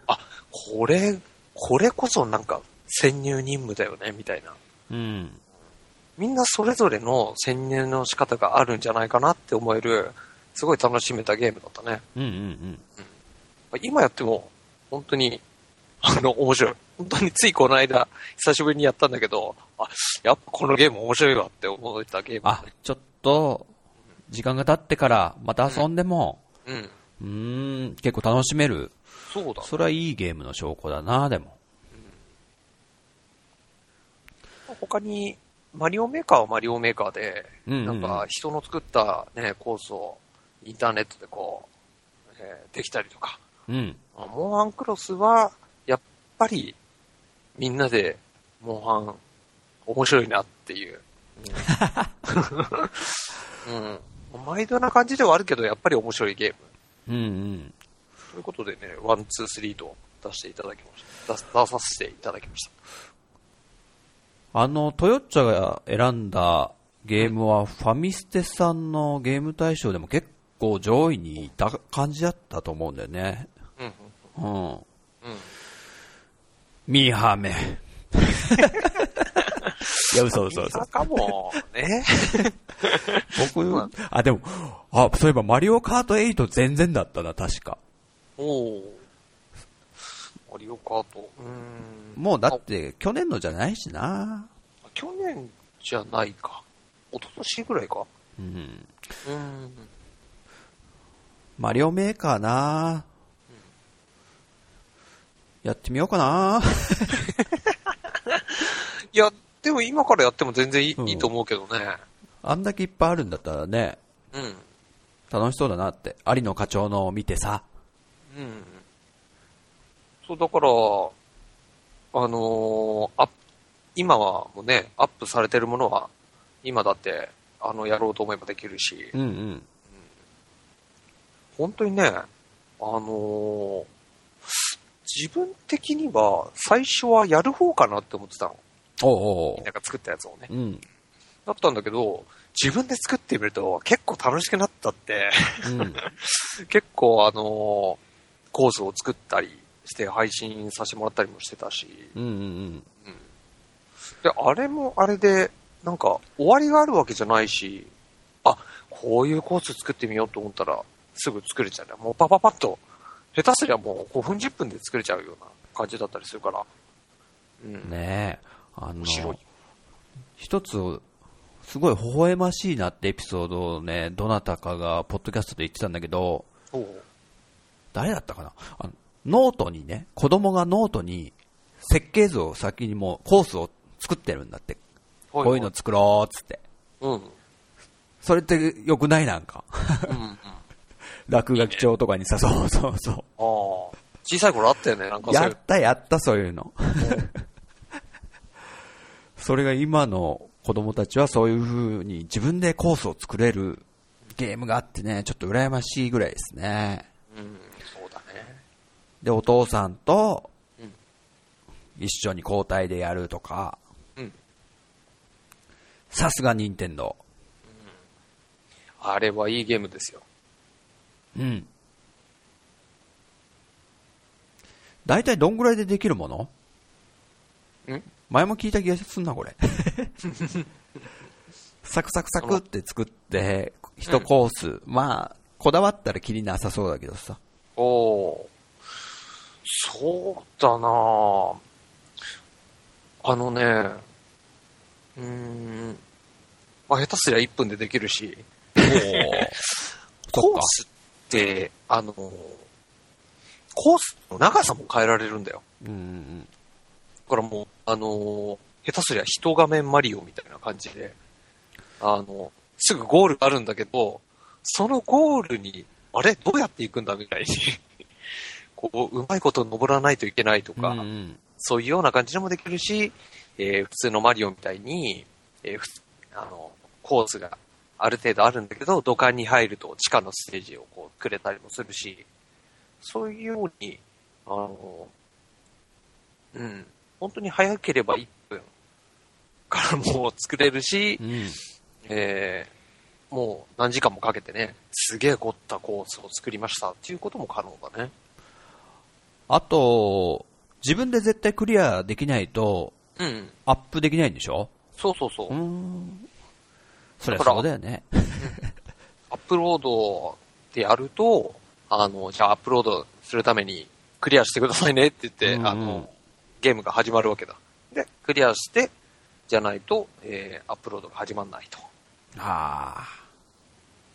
[SPEAKER 1] あ、これ、これこそなんか潜入任務だよね、みたいな。
[SPEAKER 2] うん。
[SPEAKER 1] みんなそれぞれの潜入の仕方があるんじゃないかなって思える、すごい楽しめたゲームだったね。
[SPEAKER 2] うんうんうん。
[SPEAKER 1] 今やっても、本当に、あの、面白い。本当についこの間、久しぶりにやったんだけど、あ、やっぱこのゲーム面白いわって思ったゲームだ
[SPEAKER 2] あ
[SPEAKER 1] ね。、
[SPEAKER 2] ちょっと、時間が経ってからまた遊んでも、
[SPEAKER 1] うん。
[SPEAKER 2] うーん、結構楽しめる。
[SPEAKER 1] そうだ。
[SPEAKER 2] それはいいゲームの証拠だなでも。
[SPEAKER 1] 他に、マリオメーカーはマリオメーカーで、
[SPEAKER 2] うんうん
[SPEAKER 1] な
[SPEAKER 2] うん
[SPEAKER 1] んか人の作ったね、コースをインターネットでこう、えーできたりとか。
[SPEAKER 2] うん。
[SPEAKER 1] あモンハンクロスは、やっぱり、みんなで、モンハン、面白いなっていう。うん。うん、毎度な感じではあるけど、やっぱり面白いゲーム。
[SPEAKER 2] うんうん。
[SPEAKER 1] ということでね、ワン、ツー、スリーと出していただきました。出す出させていただきました。
[SPEAKER 2] あの、トヨッチャが選んだゲームは、ファミステさんのゲーム大賞でも結構上位にいた感じだったと思うんだよね。
[SPEAKER 1] うんうん、
[SPEAKER 2] うん。
[SPEAKER 1] うん。
[SPEAKER 2] ミーハ ーめ。いや、嘘嘘嘘
[SPEAKER 1] ま。さかも、 ね。
[SPEAKER 2] 僕、あ、でも、あ、そういえばマリオカート8全然だったな、確か。
[SPEAKER 1] おお。マリオカート。うーん。
[SPEAKER 2] もうだって、去年のじゃないしな。
[SPEAKER 1] あ去年じゃないか。一昨年ぐらいか。
[SPEAKER 2] うん。
[SPEAKER 1] うん。
[SPEAKER 2] マリオメーカーなやってみようかな
[SPEAKER 1] いや、でも今からやっても全然いい,、
[SPEAKER 2] うん
[SPEAKER 1] いいと思うけどね。
[SPEAKER 2] あんだけいっぱいあるんだったらね、
[SPEAKER 1] うん。
[SPEAKER 2] 楽しそうだなって。有野課長のを見てさ。
[SPEAKER 1] うん。そう、だから、あのーアップ今はもうね、アップされてるものは、今だって、あの、やろうと思えばできるし、
[SPEAKER 2] うんうん。
[SPEAKER 1] 本当にね、あのー自分的には、最初はやる方かなって思ってたの。
[SPEAKER 2] おうおう
[SPEAKER 1] みんなが作ったやつをね
[SPEAKER 2] おう。。うん。
[SPEAKER 1] だったんだけど、自分で作ってみると、結構楽しくなったって。
[SPEAKER 2] うん。
[SPEAKER 1] 結構あのーコースを作ったりして配信させてもらったりもしてたし、
[SPEAKER 2] うんうん
[SPEAKER 1] で、あれもあれで、なんか終わりがあるわけじゃないし、あ、こういうコース作ってみようと思ったらすぐ作れちゃうね。もうパパパッと、下手すりゃもう5分10分で作れちゃうような感じだったりするから。うん。
[SPEAKER 2] うん。ねえ。あ
[SPEAKER 1] 面白
[SPEAKER 2] の
[SPEAKER 1] い、。
[SPEAKER 2] 一つ、すごい微笑ましいなってエピソードをね、どなたかがポッドキャストで言ってたんだけど、
[SPEAKER 1] おう
[SPEAKER 2] 誰だったかなあのノートにね、子供がノートに設計図を先にもうコースを作ってるんだって。
[SPEAKER 1] ほ
[SPEAKER 2] こういうの作ろうっつって。
[SPEAKER 1] うん。うん。
[SPEAKER 2] それって良くないなんか。
[SPEAKER 1] うん。あ
[SPEAKER 2] 落書き帳とかにさ、そうそうそ
[SPEAKER 1] あ。小さい頃あったよね、なんか
[SPEAKER 2] う。
[SPEAKER 1] そう
[SPEAKER 2] や
[SPEAKER 1] いう
[SPEAKER 2] っ。たやった、そういうの。 それが今の子供たちはそういう風に自分でコースを作れるゲームがあってね、ちょっと羨ましいぐらいですね。
[SPEAKER 1] うん、そうだね。
[SPEAKER 2] で、お父さんと
[SPEAKER 1] うん、
[SPEAKER 2] 一緒に交代でやるとか、
[SPEAKER 1] うん。
[SPEAKER 2] さすが任天堂。
[SPEAKER 1] あれはいいゲームですよ。
[SPEAKER 2] うん。大体どんぐらいでできるもの
[SPEAKER 1] ん
[SPEAKER 2] 前も聞いた気がすんな、こ れ。サクサクサクって作って、一コース、まあ、こだわったらきりなさそうだけどさ。
[SPEAKER 1] おおーそうだなぁあのね、うーん、まあ、下手すりゃ1分でできるし、
[SPEAKER 2] おーそっ
[SPEAKER 1] コー
[SPEAKER 2] か。
[SPEAKER 1] スって、あの、コースの長さも変えられるんだよ。
[SPEAKER 2] うんうんうん。
[SPEAKER 1] だからもう、あの、下手すりゃ人画面マリオみたいな感じで、あの、すぐゴールがあるんだけど、そのゴールに、あれどうやって行くんだみたいに、 こう、うまいこと登らないといけないとか、
[SPEAKER 2] うんうん
[SPEAKER 1] そういうような感じでもできるし、えー普通のマリオみたいに、えーふつあの、コースがある程度あるんだけど、土管に入ると地下のステージをこうくれたりもするし、そういうように、あの、うん、本当に早ければ1分からもう作れるし
[SPEAKER 2] う、ん。
[SPEAKER 1] えーもう何時間もかけてね、すげえ凝ったコースを作りましたっていうことも可能だね。
[SPEAKER 2] あと、自分で絶対クリアできないと、
[SPEAKER 1] うん。
[SPEAKER 2] アップできないんでしょ
[SPEAKER 1] そうそうそう
[SPEAKER 2] うー。ん。そりゃ
[SPEAKER 1] だから
[SPEAKER 2] そうだよね。
[SPEAKER 1] アップロードでやると、あの、じゃあアップロードするためにクリアしてくださいねって言って、
[SPEAKER 2] うんうん
[SPEAKER 1] あの、ゲームが始まるわけだ。で、クリアして、じゃないと、えーアップロードが始まんないと。
[SPEAKER 2] あ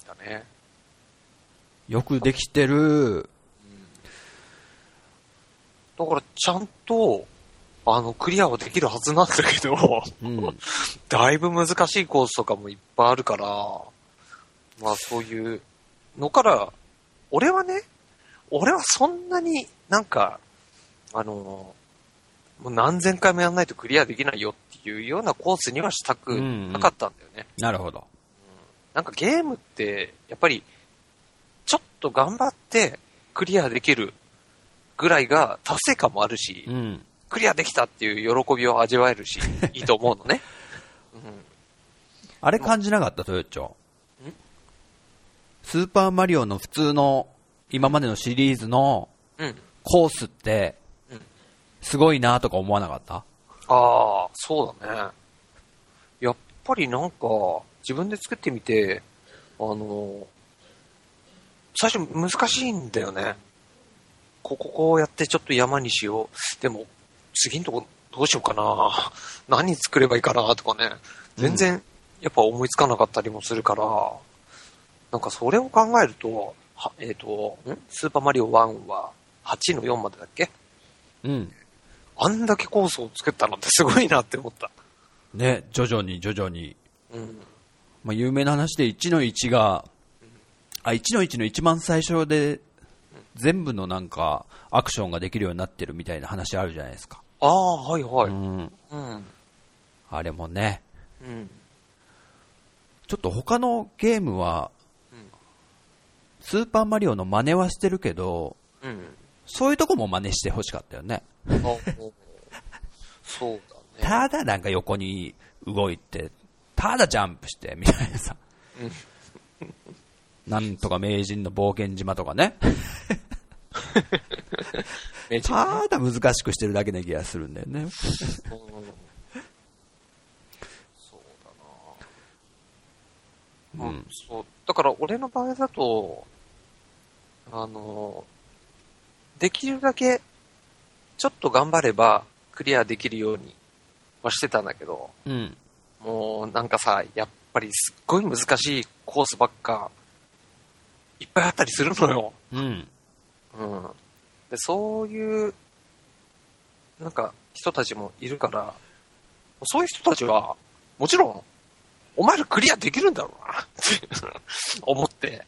[SPEAKER 2] あ。
[SPEAKER 1] だね。
[SPEAKER 2] よくできてる。
[SPEAKER 1] だから、ちゃんと、あの、クリアはできるはずなんだけど、
[SPEAKER 2] うん。
[SPEAKER 1] だいぶ難しいコースとかもいっぱいあるから、まあそういうのから、俺はね、俺はそんなになんか、あの、もう何千回もやらないとクリアできないよっていうようなコースにはしたくなかったんだよね。
[SPEAKER 2] なるほど。
[SPEAKER 1] なんかゲームって、やっぱり、ちょっと頑張ってクリアできるぐらいが達成感もあるし、
[SPEAKER 2] うん。
[SPEAKER 1] クリアできたっていう喜びを味わえるし、いいと思うのね。うん
[SPEAKER 2] あれ感じなかった、トヨッチョ。スーパーマリオの普通の、今までのシリーズの
[SPEAKER 1] うん。
[SPEAKER 2] コースって
[SPEAKER 1] うん、
[SPEAKER 2] すごいなとか思わなかった
[SPEAKER 1] ああ、そうだね。やっぱりなんか、自分で作ってみて、あの、最初難しいんだよね。こここうやってちょっと山にしよう。でも、次のとこどうしようかな。何作ればいいかなとかね。全然、やっぱ思いつかなかったりもするから、なんかそれを考えると、はえっ、と、んスーパーマリオ1は8の4までだっけ
[SPEAKER 2] うん。
[SPEAKER 1] あんだけコースを作ったのってすごいなって思った。
[SPEAKER 2] ね、徐々に徐々に。
[SPEAKER 1] うん。
[SPEAKER 2] まあ、有名な話で1の1が、あ、1の1の一番最初で、全部のなんか、アクションができるようになってるみたいな話あるじゃないですか。
[SPEAKER 1] ああ、はいは
[SPEAKER 2] う
[SPEAKER 1] い。
[SPEAKER 2] ん。
[SPEAKER 1] うん。
[SPEAKER 2] あれもね、
[SPEAKER 1] うん。
[SPEAKER 2] ちょっと他のゲームは
[SPEAKER 1] うん、
[SPEAKER 2] スーパーマリオの真似はしてるけど、
[SPEAKER 1] うん。
[SPEAKER 2] そういうとこも真似してほしかったよね。
[SPEAKER 1] あおそうだね。
[SPEAKER 2] ただなんか横に動いて、ただジャンプして、みたいなさ。なんとか名人の冒険島とかね。
[SPEAKER 1] めちゃ
[SPEAKER 2] ただ難しくしてるだけな気がするんだよね。
[SPEAKER 1] うんそうだな。
[SPEAKER 2] うん
[SPEAKER 1] そう。だから俺の場合だと、あの、できるだけ、ちょっと頑張ればクリアできるようにはしてたんだけど、
[SPEAKER 2] うん。
[SPEAKER 1] もうなんかさ、やっぱりすっごい難しいコースばっか、いっぱいあったりするのよ。
[SPEAKER 2] うん。
[SPEAKER 1] うん。で、そういう、なんか人たちもいるから、そういう人たちは、もちろん、お前らクリアできるんだろうな、って 思って、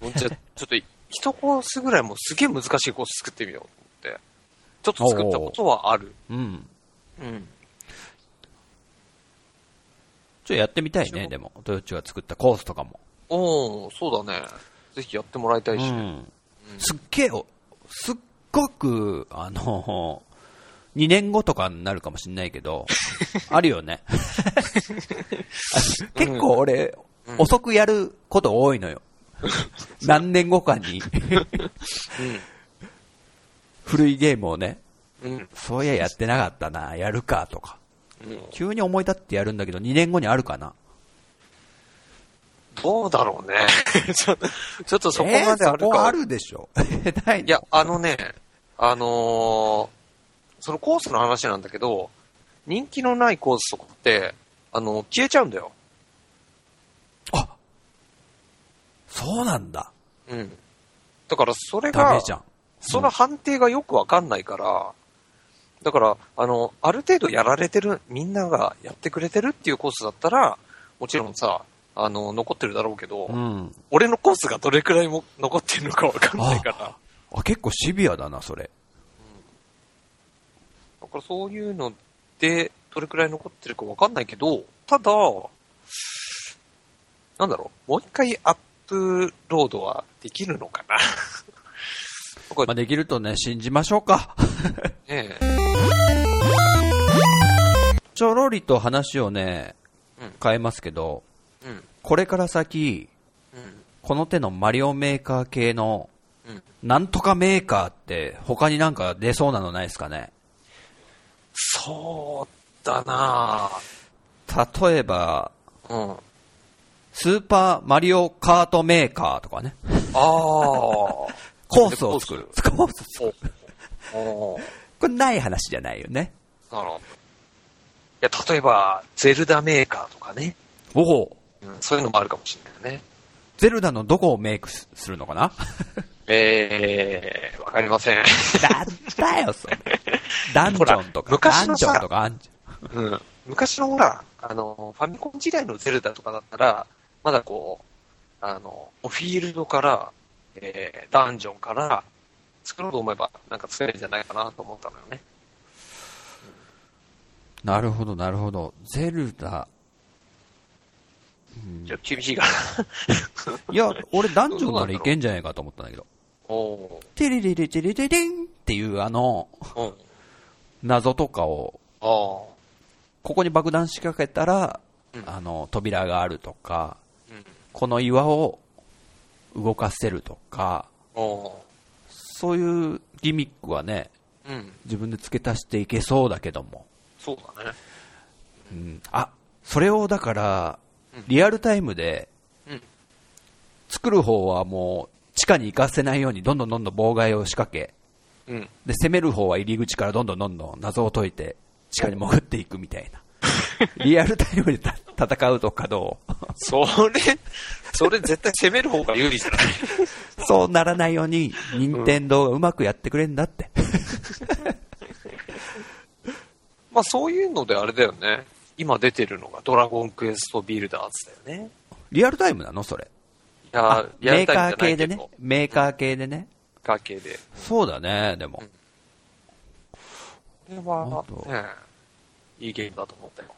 [SPEAKER 1] もうじゃあちょっと一コースぐらいもうすげえ難しいコース作ってみようと思って、ちょっと作ったことはある。
[SPEAKER 2] うん。
[SPEAKER 1] うん。
[SPEAKER 2] ちょっとやってみたいね、でも。トヨッチが作ったコースとかも。
[SPEAKER 1] おー、そうだね。ぜひやってもらいたいし。
[SPEAKER 2] うんすっげえよ、すっごく、あの、2年後とかになるかもしんないけ ど、あるよね。結構俺、
[SPEAKER 1] うん
[SPEAKER 2] 遅くやること多いのよ。何年後かに、 古いゲームをね、
[SPEAKER 1] うん。うん。
[SPEAKER 2] そういややってなかったな、やるかとか。
[SPEAKER 1] うん
[SPEAKER 2] 急に思い立ってやるんだけど、2年後にあるかな。
[SPEAKER 1] どうだろうね。 ちょちょっとそこまである
[SPEAKER 2] えーそこ
[SPEAKER 1] か。
[SPEAKER 2] あるでしょ。 ないの
[SPEAKER 1] いや、あのね、あのーそのコースの話なんだけど、人気のないコースとかって、あの、消えちゃうんだよ。
[SPEAKER 2] あそうなんだ。
[SPEAKER 1] うん。だから、それ
[SPEAKER 2] ダメ
[SPEAKER 1] が、
[SPEAKER 2] じゃん。
[SPEAKER 1] その判定がよくわかんないから、だから、あの、ある程度やられてる、みんながやってくれてるっていうコースだったら、もちろんさ、あの、残ってるだろうけど、
[SPEAKER 2] うん。
[SPEAKER 1] 俺のコースがどれくらいも残ってるのかわかんないから、だ
[SPEAKER 2] あ、結構シビアだな、それ。
[SPEAKER 1] からそういうので、どれくらい残ってるかわかんないけど、ただ、なんだろう、もう一回アップロードはできるのかな。 こ
[SPEAKER 2] まあ、できるとね、信じましょうか。
[SPEAKER 1] れね、
[SPEAKER 2] ちょろりと話をね
[SPEAKER 1] うん、
[SPEAKER 2] 変えますけど、
[SPEAKER 1] うん、
[SPEAKER 2] これから先、
[SPEAKER 1] うん、
[SPEAKER 2] この手のマリオメーカー系の、
[SPEAKER 1] うん。
[SPEAKER 2] なんとかメーカーって、他になんか出そうなのないですかね。
[SPEAKER 1] そうだな
[SPEAKER 2] 例えば、
[SPEAKER 1] ぁ。うん。
[SPEAKER 2] スーパーマリオカートメーカーとかね。
[SPEAKER 1] ああ。
[SPEAKER 2] コースを作る。コース作る。
[SPEAKER 1] おー
[SPEAKER 2] これない話じゃないよね。
[SPEAKER 1] なるほど。いや、例えば、ゼルダメーカーとかね。
[SPEAKER 2] おお
[SPEAKER 1] うん、そういうのもあるかもしれないよね。
[SPEAKER 2] ゼルダのどこをメイクすするのか な
[SPEAKER 1] えー、わかりません。
[SPEAKER 2] なんだよ、それ。ダンジョンと
[SPEAKER 1] ほら
[SPEAKER 2] か、ダ
[SPEAKER 1] 昔
[SPEAKER 2] ン
[SPEAKER 1] の
[SPEAKER 2] ジ
[SPEAKER 1] さ
[SPEAKER 2] ョンとかあんじ
[SPEAKER 1] うん。昔のほら、あの、ファミコン時代のゼルダとかだったら、まだこう、あの、フィールドから、えー、ダンジョンから、作ろうと思えば、なんか作れるんじゃないかなと思ったのよね。
[SPEAKER 2] ゃん。なるほど、なるほど。ゼルダ。うん
[SPEAKER 1] ちょっと厳しいか
[SPEAKER 2] いや、俺ダンジョンならいけんじゃないかと思ったんだけど。
[SPEAKER 1] ら。お
[SPEAKER 2] テレレレテレレレンっていうあの、
[SPEAKER 1] ー。うん。
[SPEAKER 2] 謎とかを、
[SPEAKER 1] ああ。
[SPEAKER 2] ここに爆弾仕掛けたら、
[SPEAKER 1] うん
[SPEAKER 2] あの、扉があるとか、
[SPEAKER 1] うん。
[SPEAKER 2] この岩を動かせるとか、
[SPEAKER 1] おー。
[SPEAKER 2] そういうギミックはね、
[SPEAKER 1] うん。
[SPEAKER 2] 自分で付け足していけそうだけども。
[SPEAKER 1] そうだね。
[SPEAKER 2] うん、あ、それをだから
[SPEAKER 1] うん、
[SPEAKER 2] リアルタイムで、
[SPEAKER 1] うん
[SPEAKER 2] 作る方はもう、地下に行かせないようにどんどんどんどん妨害を仕掛け、
[SPEAKER 1] うん。
[SPEAKER 2] で、攻める方は入り口からどんどんどんどん謎を解いて、地下に潜っていくみたいな。リアルタイムでた戦うとかどう
[SPEAKER 1] それ、 それ絶対攻める方が有利じゃない
[SPEAKER 2] そうならないように、任天堂がうまくやってくれんだって。
[SPEAKER 1] まあそういうのであれだよね。今出てるのがドラゴンクエストビルダーズだよね。
[SPEAKER 2] リアルタイムなのそれ。
[SPEAKER 1] いやー、や
[SPEAKER 2] メ
[SPEAKER 1] り
[SPEAKER 2] ー
[SPEAKER 1] た
[SPEAKER 2] カ
[SPEAKER 1] いん
[SPEAKER 2] ー
[SPEAKER 1] じゃな
[SPEAKER 2] 系
[SPEAKER 1] いけ
[SPEAKER 2] でね
[SPEAKER 1] ど。。
[SPEAKER 2] メーカー系でね。
[SPEAKER 1] メーカー系で。
[SPEAKER 2] そうだね、でも。
[SPEAKER 1] これは
[SPEAKER 2] あと、
[SPEAKER 1] ね、いいゲームだと思ったよ。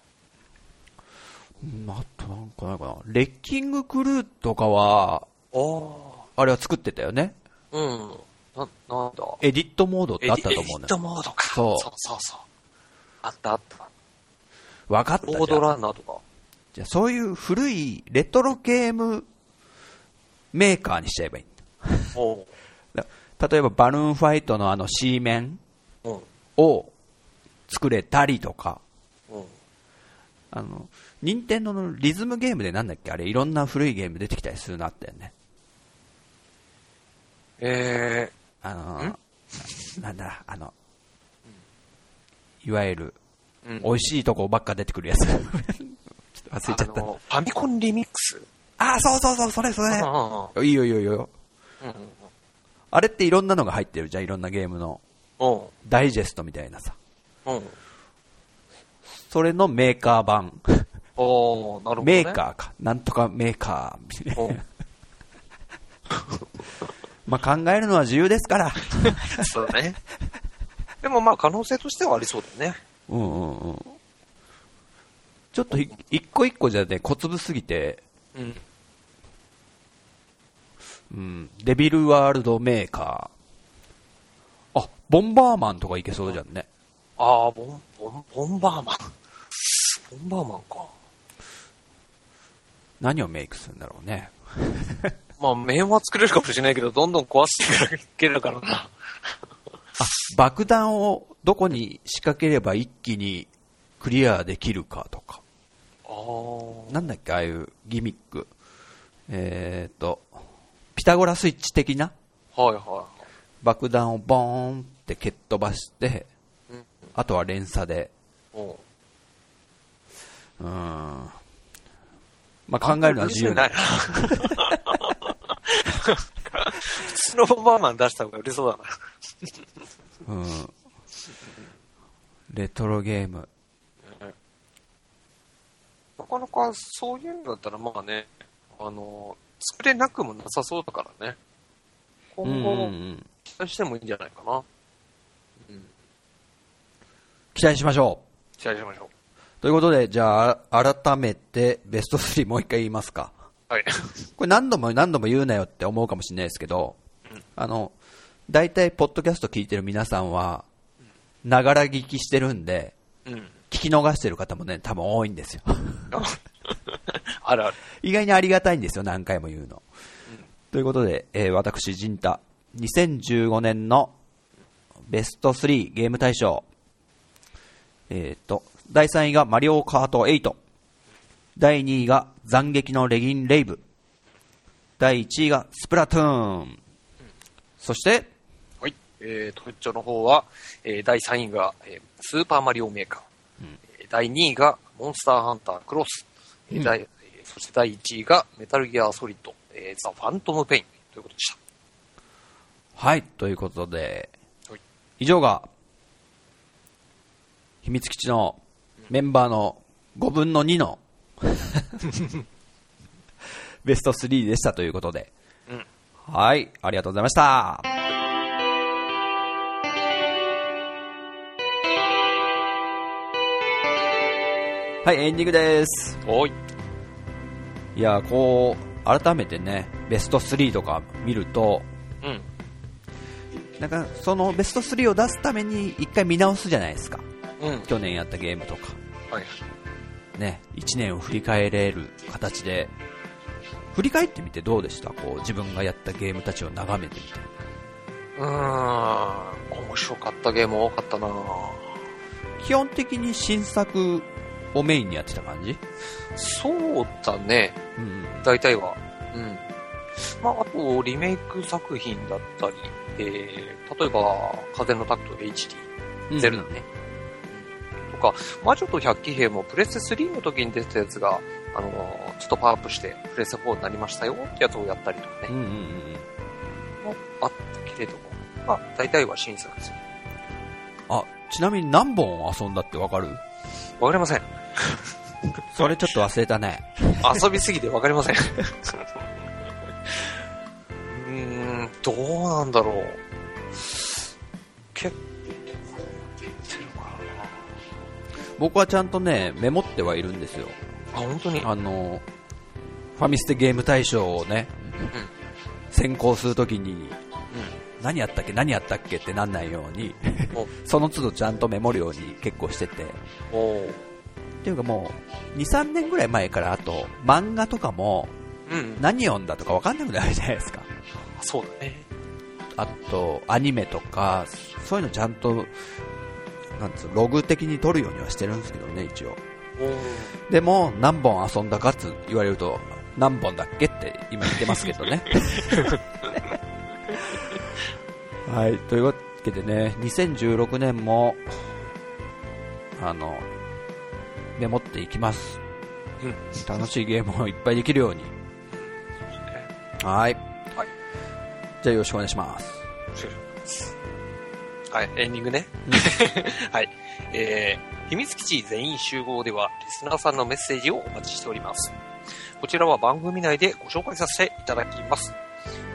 [SPEAKER 2] うんあとなんかないかな。レッキングクルーとかは、
[SPEAKER 1] あ
[SPEAKER 2] あれは作ってたよね。
[SPEAKER 1] あ。うん。な、なんだ。
[SPEAKER 2] エディットモードってあったと
[SPEAKER 1] エデ
[SPEAKER 2] 思う
[SPEAKER 1] ィ
[SPEAKER 2] ね
[SPEAKER 1] ッ。トモードか。
[SPEAKER 2] そう
[SPEAKER 1] そうそうそう。あったあった。
[SPEAKER 2] わかった
[SPEAKER 1] ロー
[SPEAKER 2] じゃ
[SPEAKER 1] ド
[SPEAKER 2] あ。
[SPEAKER 1] ランナーとか。
[SPEAKER 2] じゃあそういう古いレトロゲームメーカーにしちゃえばいいん
[SPEAKER 1] おう。
[SPEAKER 2] だ。だ例えばバルーンファイトのあの C 面
[SPEAKER 1] うん。
[SPEAKER 2] を作れたりとか。
[SPEAKER 1] うん。
[SPEAKER 2] あの、任天堂のリズムゲームでなんだっけあれ、いろんな古いゲーム出てきたりするなったよね。
[SPEAKER 1] え
[SPEAKER 2] あの
[SPEAKER 1] ん
[SPEAKER 2] ー、ななんだ、あの、いわゆる、
[SPEAKER 1] ー、うん
[SPEAKER 2] 美味しいとこばっか出てくるやつ。ちょっと忘れちゃ
[SPEAKER 1] あ
[SPEAKER 2] った。
[SPEAKER 1] の、ファミコンリミックス。
[SPEAKER 2] ああ、そうそうそう、それそれ。
[SPEAKER 1] う
[SPEAKER 2] いいよいいよいいよ。
[SPEAKER 1] んうんうん。
[SPEAKER 2] あれっていろんなのが入ってるじゃん、いろんなゲームの。
[SPEAKER 1] うん。
[SPEAKER 2] ダイジェストみたいなさ。
[SPEAKER 1] うん。
[SPEAKER 2] それのメーカー版。
[SPEAKER 1] おー、なるほど、ね。
[SPEAKER 2] メーカーか。なんとかメーカーみたいな。
[SPEAKER 1] おう
[SPEAKER 2] まあ考えるのは自由ですから。
[SPEAKER 1] そうだね。でもまあ可能性としてはありそうだよね。
[SPEAKER 2] うんうんうん。ちょっとひ一個一個じゃね、小粒すぎて、
[SPEAKER 1] うん。
[SPEAKER 2] うん、デビルワールドメーカー。あ、ボンバーマンとかいけそうじゃんね。
[SPEAKER 1] ああ、ボン、ボン、ボンバーマン。ボンバーマンか。
[SPEAKER 2] 何をメイクするんだろうね。
[SPEAKER 1] まあ面は作れるかもしれないけど、どんどん壊していけるからな。
[SPEAKER 2] あ、爆弾をどこに仕掛ければ一気にクリアできるかとか。
[SPEAKER 1] ああ。
[SPEAKER 2] なんだっけ、ああいうギミック。えーと、ピタゴラスイッチ的な
[SPEAKER 1] はいは
[SPEAKER 2] 爆弾をボーンって蹴っ飛ばして
[SPEAKER 1] うん、
[SPEAKER 2] あとは連鎖で
[SPEAKER 1] いはい。うん。
[SPEAKER 2] うん。まあ、考えるのは自由
[SPEAKER 1] な
[SPEAKER 2] だ
[SPEAKER 1] い。普通のボンバーマン出した方が売れそうだな。
[SPEAKER 2] うん。レトロゲーム。
[SPEAKER 1] なかなかそういうんだったらまあね、あの、作れなくもなさそうだからね。今
[SPEAKER 2] うんう
[SPEAKER 1] 後
[SPEAKER 2] んうん
[SPEAKER 1] 期待してもいいんじゃないかな。うん。
[SPEAKER 2] 期待しましょう。
[SPEAKER 1] 期待しましょ
[SPEAKER 2] ということで、じゃあ、改めてベスト3もう一回言いますか。
[SPEAKER 1] う。はい。
[SPEAKER 2] これ何度も何度も言うなよって思うかもしれないですけど、あの、大体、ポッドキャスト聞いてる皆さんは、ながら聞きしてるんで、
[SPEAKER 1] うん。
[SPEAKER 2] 聞き逃してる方もね、多分多いんですよ。
[SPEAKER 1] あ あるある。
[SPEAKER 2] 意外にありがたいんですよ、何回も言うの。ということで、えー私、陣太、2015年のベスト3ゲーム大賞。えっ、と、第3位がマリオカート8。第2位が斬撃のレギンレイブ。第1位がスプラトゥーン。そして、
[SPEAKER 1] はい。えー、トレッチョの方は、えー第3位が、えースーパーマリオメーカー。えー第2位が、モンスターハンタークロス。えー
[SPEAKER 2] うん
[SPEAKER 1] 第えーそして第1位が、メタルギアソリッド、えーザ・ファントム・ペインということでし
[SPEAKER 2] はい、ということで、
[SPEAKER 1] はい
[SPEAKER 2] 以上が、秘密基地のメンバーの5分の2の ベスト3でしたということで、
[SPEAKER 1] うん
[SPEAKER 2] はい、ありがとうございました。はい、エンディングです。
[SPEAKER 1] た。おい。
[SPEAKER 2] いや、こう、改めてね、ベスト3とか見ると、
[SPEAKER 1] うん。
[SPEAKER 2] なんかそのベスト3を出すために一回見直すじゃないですか
[SPEAKER 1] うん。
[SPEAKER 2] 去年やったゲームとか
[SPEAKER 1] はい。
[SPEAKER 2] ね1年を振り返れる形で振り返ってみてどうでしたこう自分がやったゲームたちを眺めてみて
[SPEAKER 1] うーん。面白かったゲーム多かったな
[SPEAKER 2] 基本的に新作をメインにやってた感じ
[SPEAKER 1] そうだね。
[SPEAKER 2] うんうん
[SPEAKER 1] 大体は。うん。まあ、あと、リメイク作品だったり、えー、例えば、風のタクト HD。
[SPEAKER 2] うん
[SPEAKER 1] ゼルダねとか、魔女と百鬼兵もプレステ3の時に出てたやつが、あのーちょっとパワーアップして、プレステ4になりましたよってやつをやったりとか
[SPEAKER 2] う
[SPEAKER 1] ね、
[SPEAKER 2] んうんうん
[SPEAKER 1] もあったけれども、まあ、大体は新作ですよ。
[SPEAKER 2] あちなみに何本遊んだってわかる
[SPEAKER 1] わかりま せん。
[SPEAKER 2] それちょっと忘れたね
[SPEAKER 1] 遊びすぎてわかりま せん。うーん、どうなんだろう。結構、ってるか
[SPEAKER 2] 僕はちゃんとねメモってはいるんですよ
[SPEAKER 1] な。あ、本当に
[SPEAKER 2] あの、ファミステゲーム大賞をね、選考するときに、何やったっけ、何やったっけってなんないように、
[SPEAKER 1] お
[SPEAKER 2] その都度ちゃんとメモるように結構してて、っ
[SPEAKER 1] おう
[SPEAKER 2] ていうかもう、2、3年ぐらい前から、あと、漫画とかも、
[SPEAKER 1] うん、
[SPEAKER 2] 何読んだとかわかんなくなるじゃないですか。
[SPEAKER 1] そうだね。
[SPEAKER 2] あと、アニメとか、そういうのちゃんと、なんつうの、ログ的に取るようにはしてるんですけどね、一応。
[SPEAKER 1] おう
[SPEAKER 2] でも、何本遊んだかって言われると、何本だっけって今言ってますけど ね。はい、というわけでね、2016年も、あの、メモっていきます。
[SPEAKER 1] うん
[SPEAKER 2] 楽しいゲームをいっぱいできるように。はい。
[SPEAKER 1] はい
[SPEAKER 2] じゃあよろしくお願いします。
[SPEAKER 1] はい、エンディングね。 はい。えー、秘密基地全員集合では、リスナーさんのメッセージをお待ちしております。こちらは番組内でご紹介させていただきます。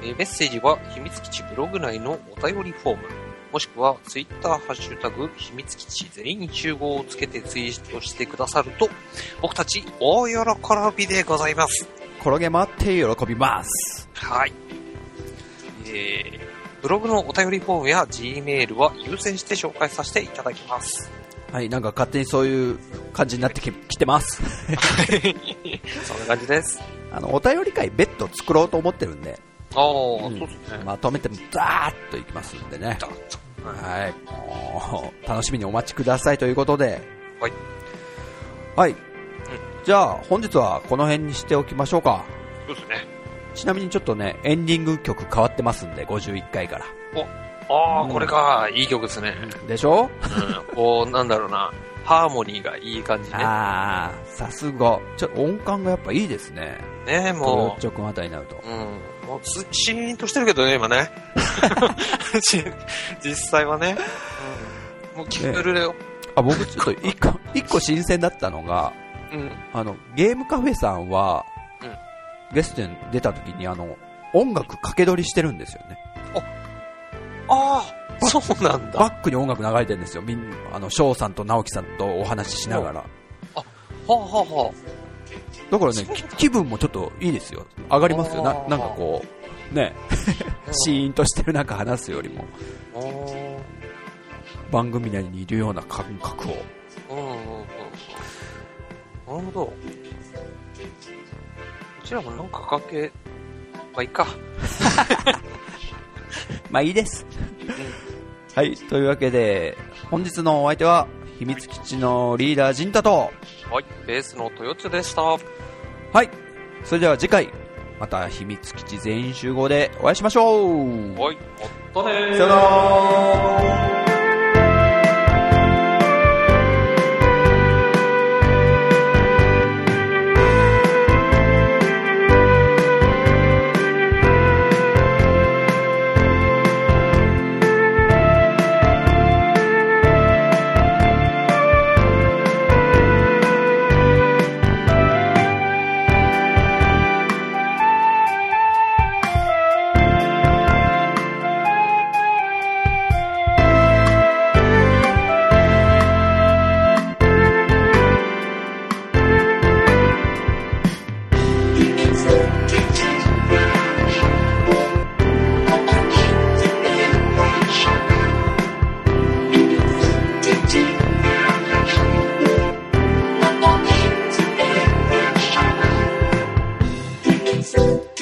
[SPEAKER 1] えーメッセージは、秘密基地ブログ内のお便りフォーム、もしくは、ツイッターハッシュタグ、秘密基地全員集合をつけてツイートしてくださると、僕たち大喜びでございます。
[SPEAKER 2] 転げ回って喜びます。
[SPEAKER 1] はい。えー、ブログのお便りフォームや G メールは優先して紹介させていただきます。
[SPEAKER 2] はい、なんか勝手にそういう感じになってききてます。
[SPEAKER 1] そんな感じです。
[SPEAKER 2] あの、お便り会別途作ろうと思ってるんで、
[SPEAKER 1] ああ、
[SPEAKER 2] うん
[SPEAKER 1] そうですね。
[SPEAKER 2] まとめてダーッといきますんでね。
[SPEAKER 1] だとは
[SPEAKER 2] はい。もう、楽しみにお待ちくださいということで。
[SPEAKER 1] はい。
[SPEAKER 2] はい。じゃあ、本日はこの辺にしておきましょうか。
[SPEAKER 1] いそうですね。
[SPEAKER 2] ちなみにちょっとね、エンディング曲変わってますんで、51回から。
[SPEAKER 1] ああ、
[SPEAKER 2] うん
[SPEAKER 1] これか。いい曲ですね。
[SPEAKER 2] でしょ
[SPEAKER 1] うん、こう、なんだろうな。ハーモニーがいい感じね。
[SPEAKER 2] ああ、さすが。ちょ、音感がやっぱいいですね。
[SPEAKER 1] ね
[SPEAKER 2] も
[SPEAKER 1] も
[SPEAKER 2] う。直後あたりになると
[SPEAKER 1] う、。うん。もうす、シーンとしてるけどね、今 ね。し実際はね。うん、もう、キフルレオ。
[SPEAKER 2] あ、僕ちょっと一個、一個新鮮だったのが、
[SPEAKER 1] うん。
[SPEAKER 2] あの、ゲームカフェさんは、
[SPEAKER 1] うん
[SPEAKER 2] ゲストに出た時にあの、音楽掛け取りしてるんですよね。
[SPEAKER 1] ああ、そうなんだ。
[SPEAKER 2] バックに音楽流れてるんですよ。みんあの、翔さんと直樹さんとお話ししながら。
[SPEAKER 1] はあ、はあは
[SPEAKER 2] だからね、き気分もちょっといいですよ。上がりますよ。な
[SPEAKER 1] あ、ー
[SPEAKER 2] なんかこう、ね、
[SPEAKER 1] あ、
[SPEAKER 2] シーンとしてる中話すよりも、
[SPEAKER 1] うん。うん
[SPEAKER 2] 番組内にいるような感覚を。
[SPEAKER 1] うんうんうん。なるほど。こちらもなんかかけ、まあいいか。
[SPEAKER 2] まあいいです。はい、というわけで、本日のお相手は、秘密基地のリーダー、陣太と、
[SPEAKER 1] はい、ベースの豊津でした。は
[SPEAKER 2] はい、それでは次回、また秘密基地全員集合でお会いしましょう
[SPEAKER 1] い、おっとねー
[SPEAKER 2] さよなら
[SPEAKER 4] 「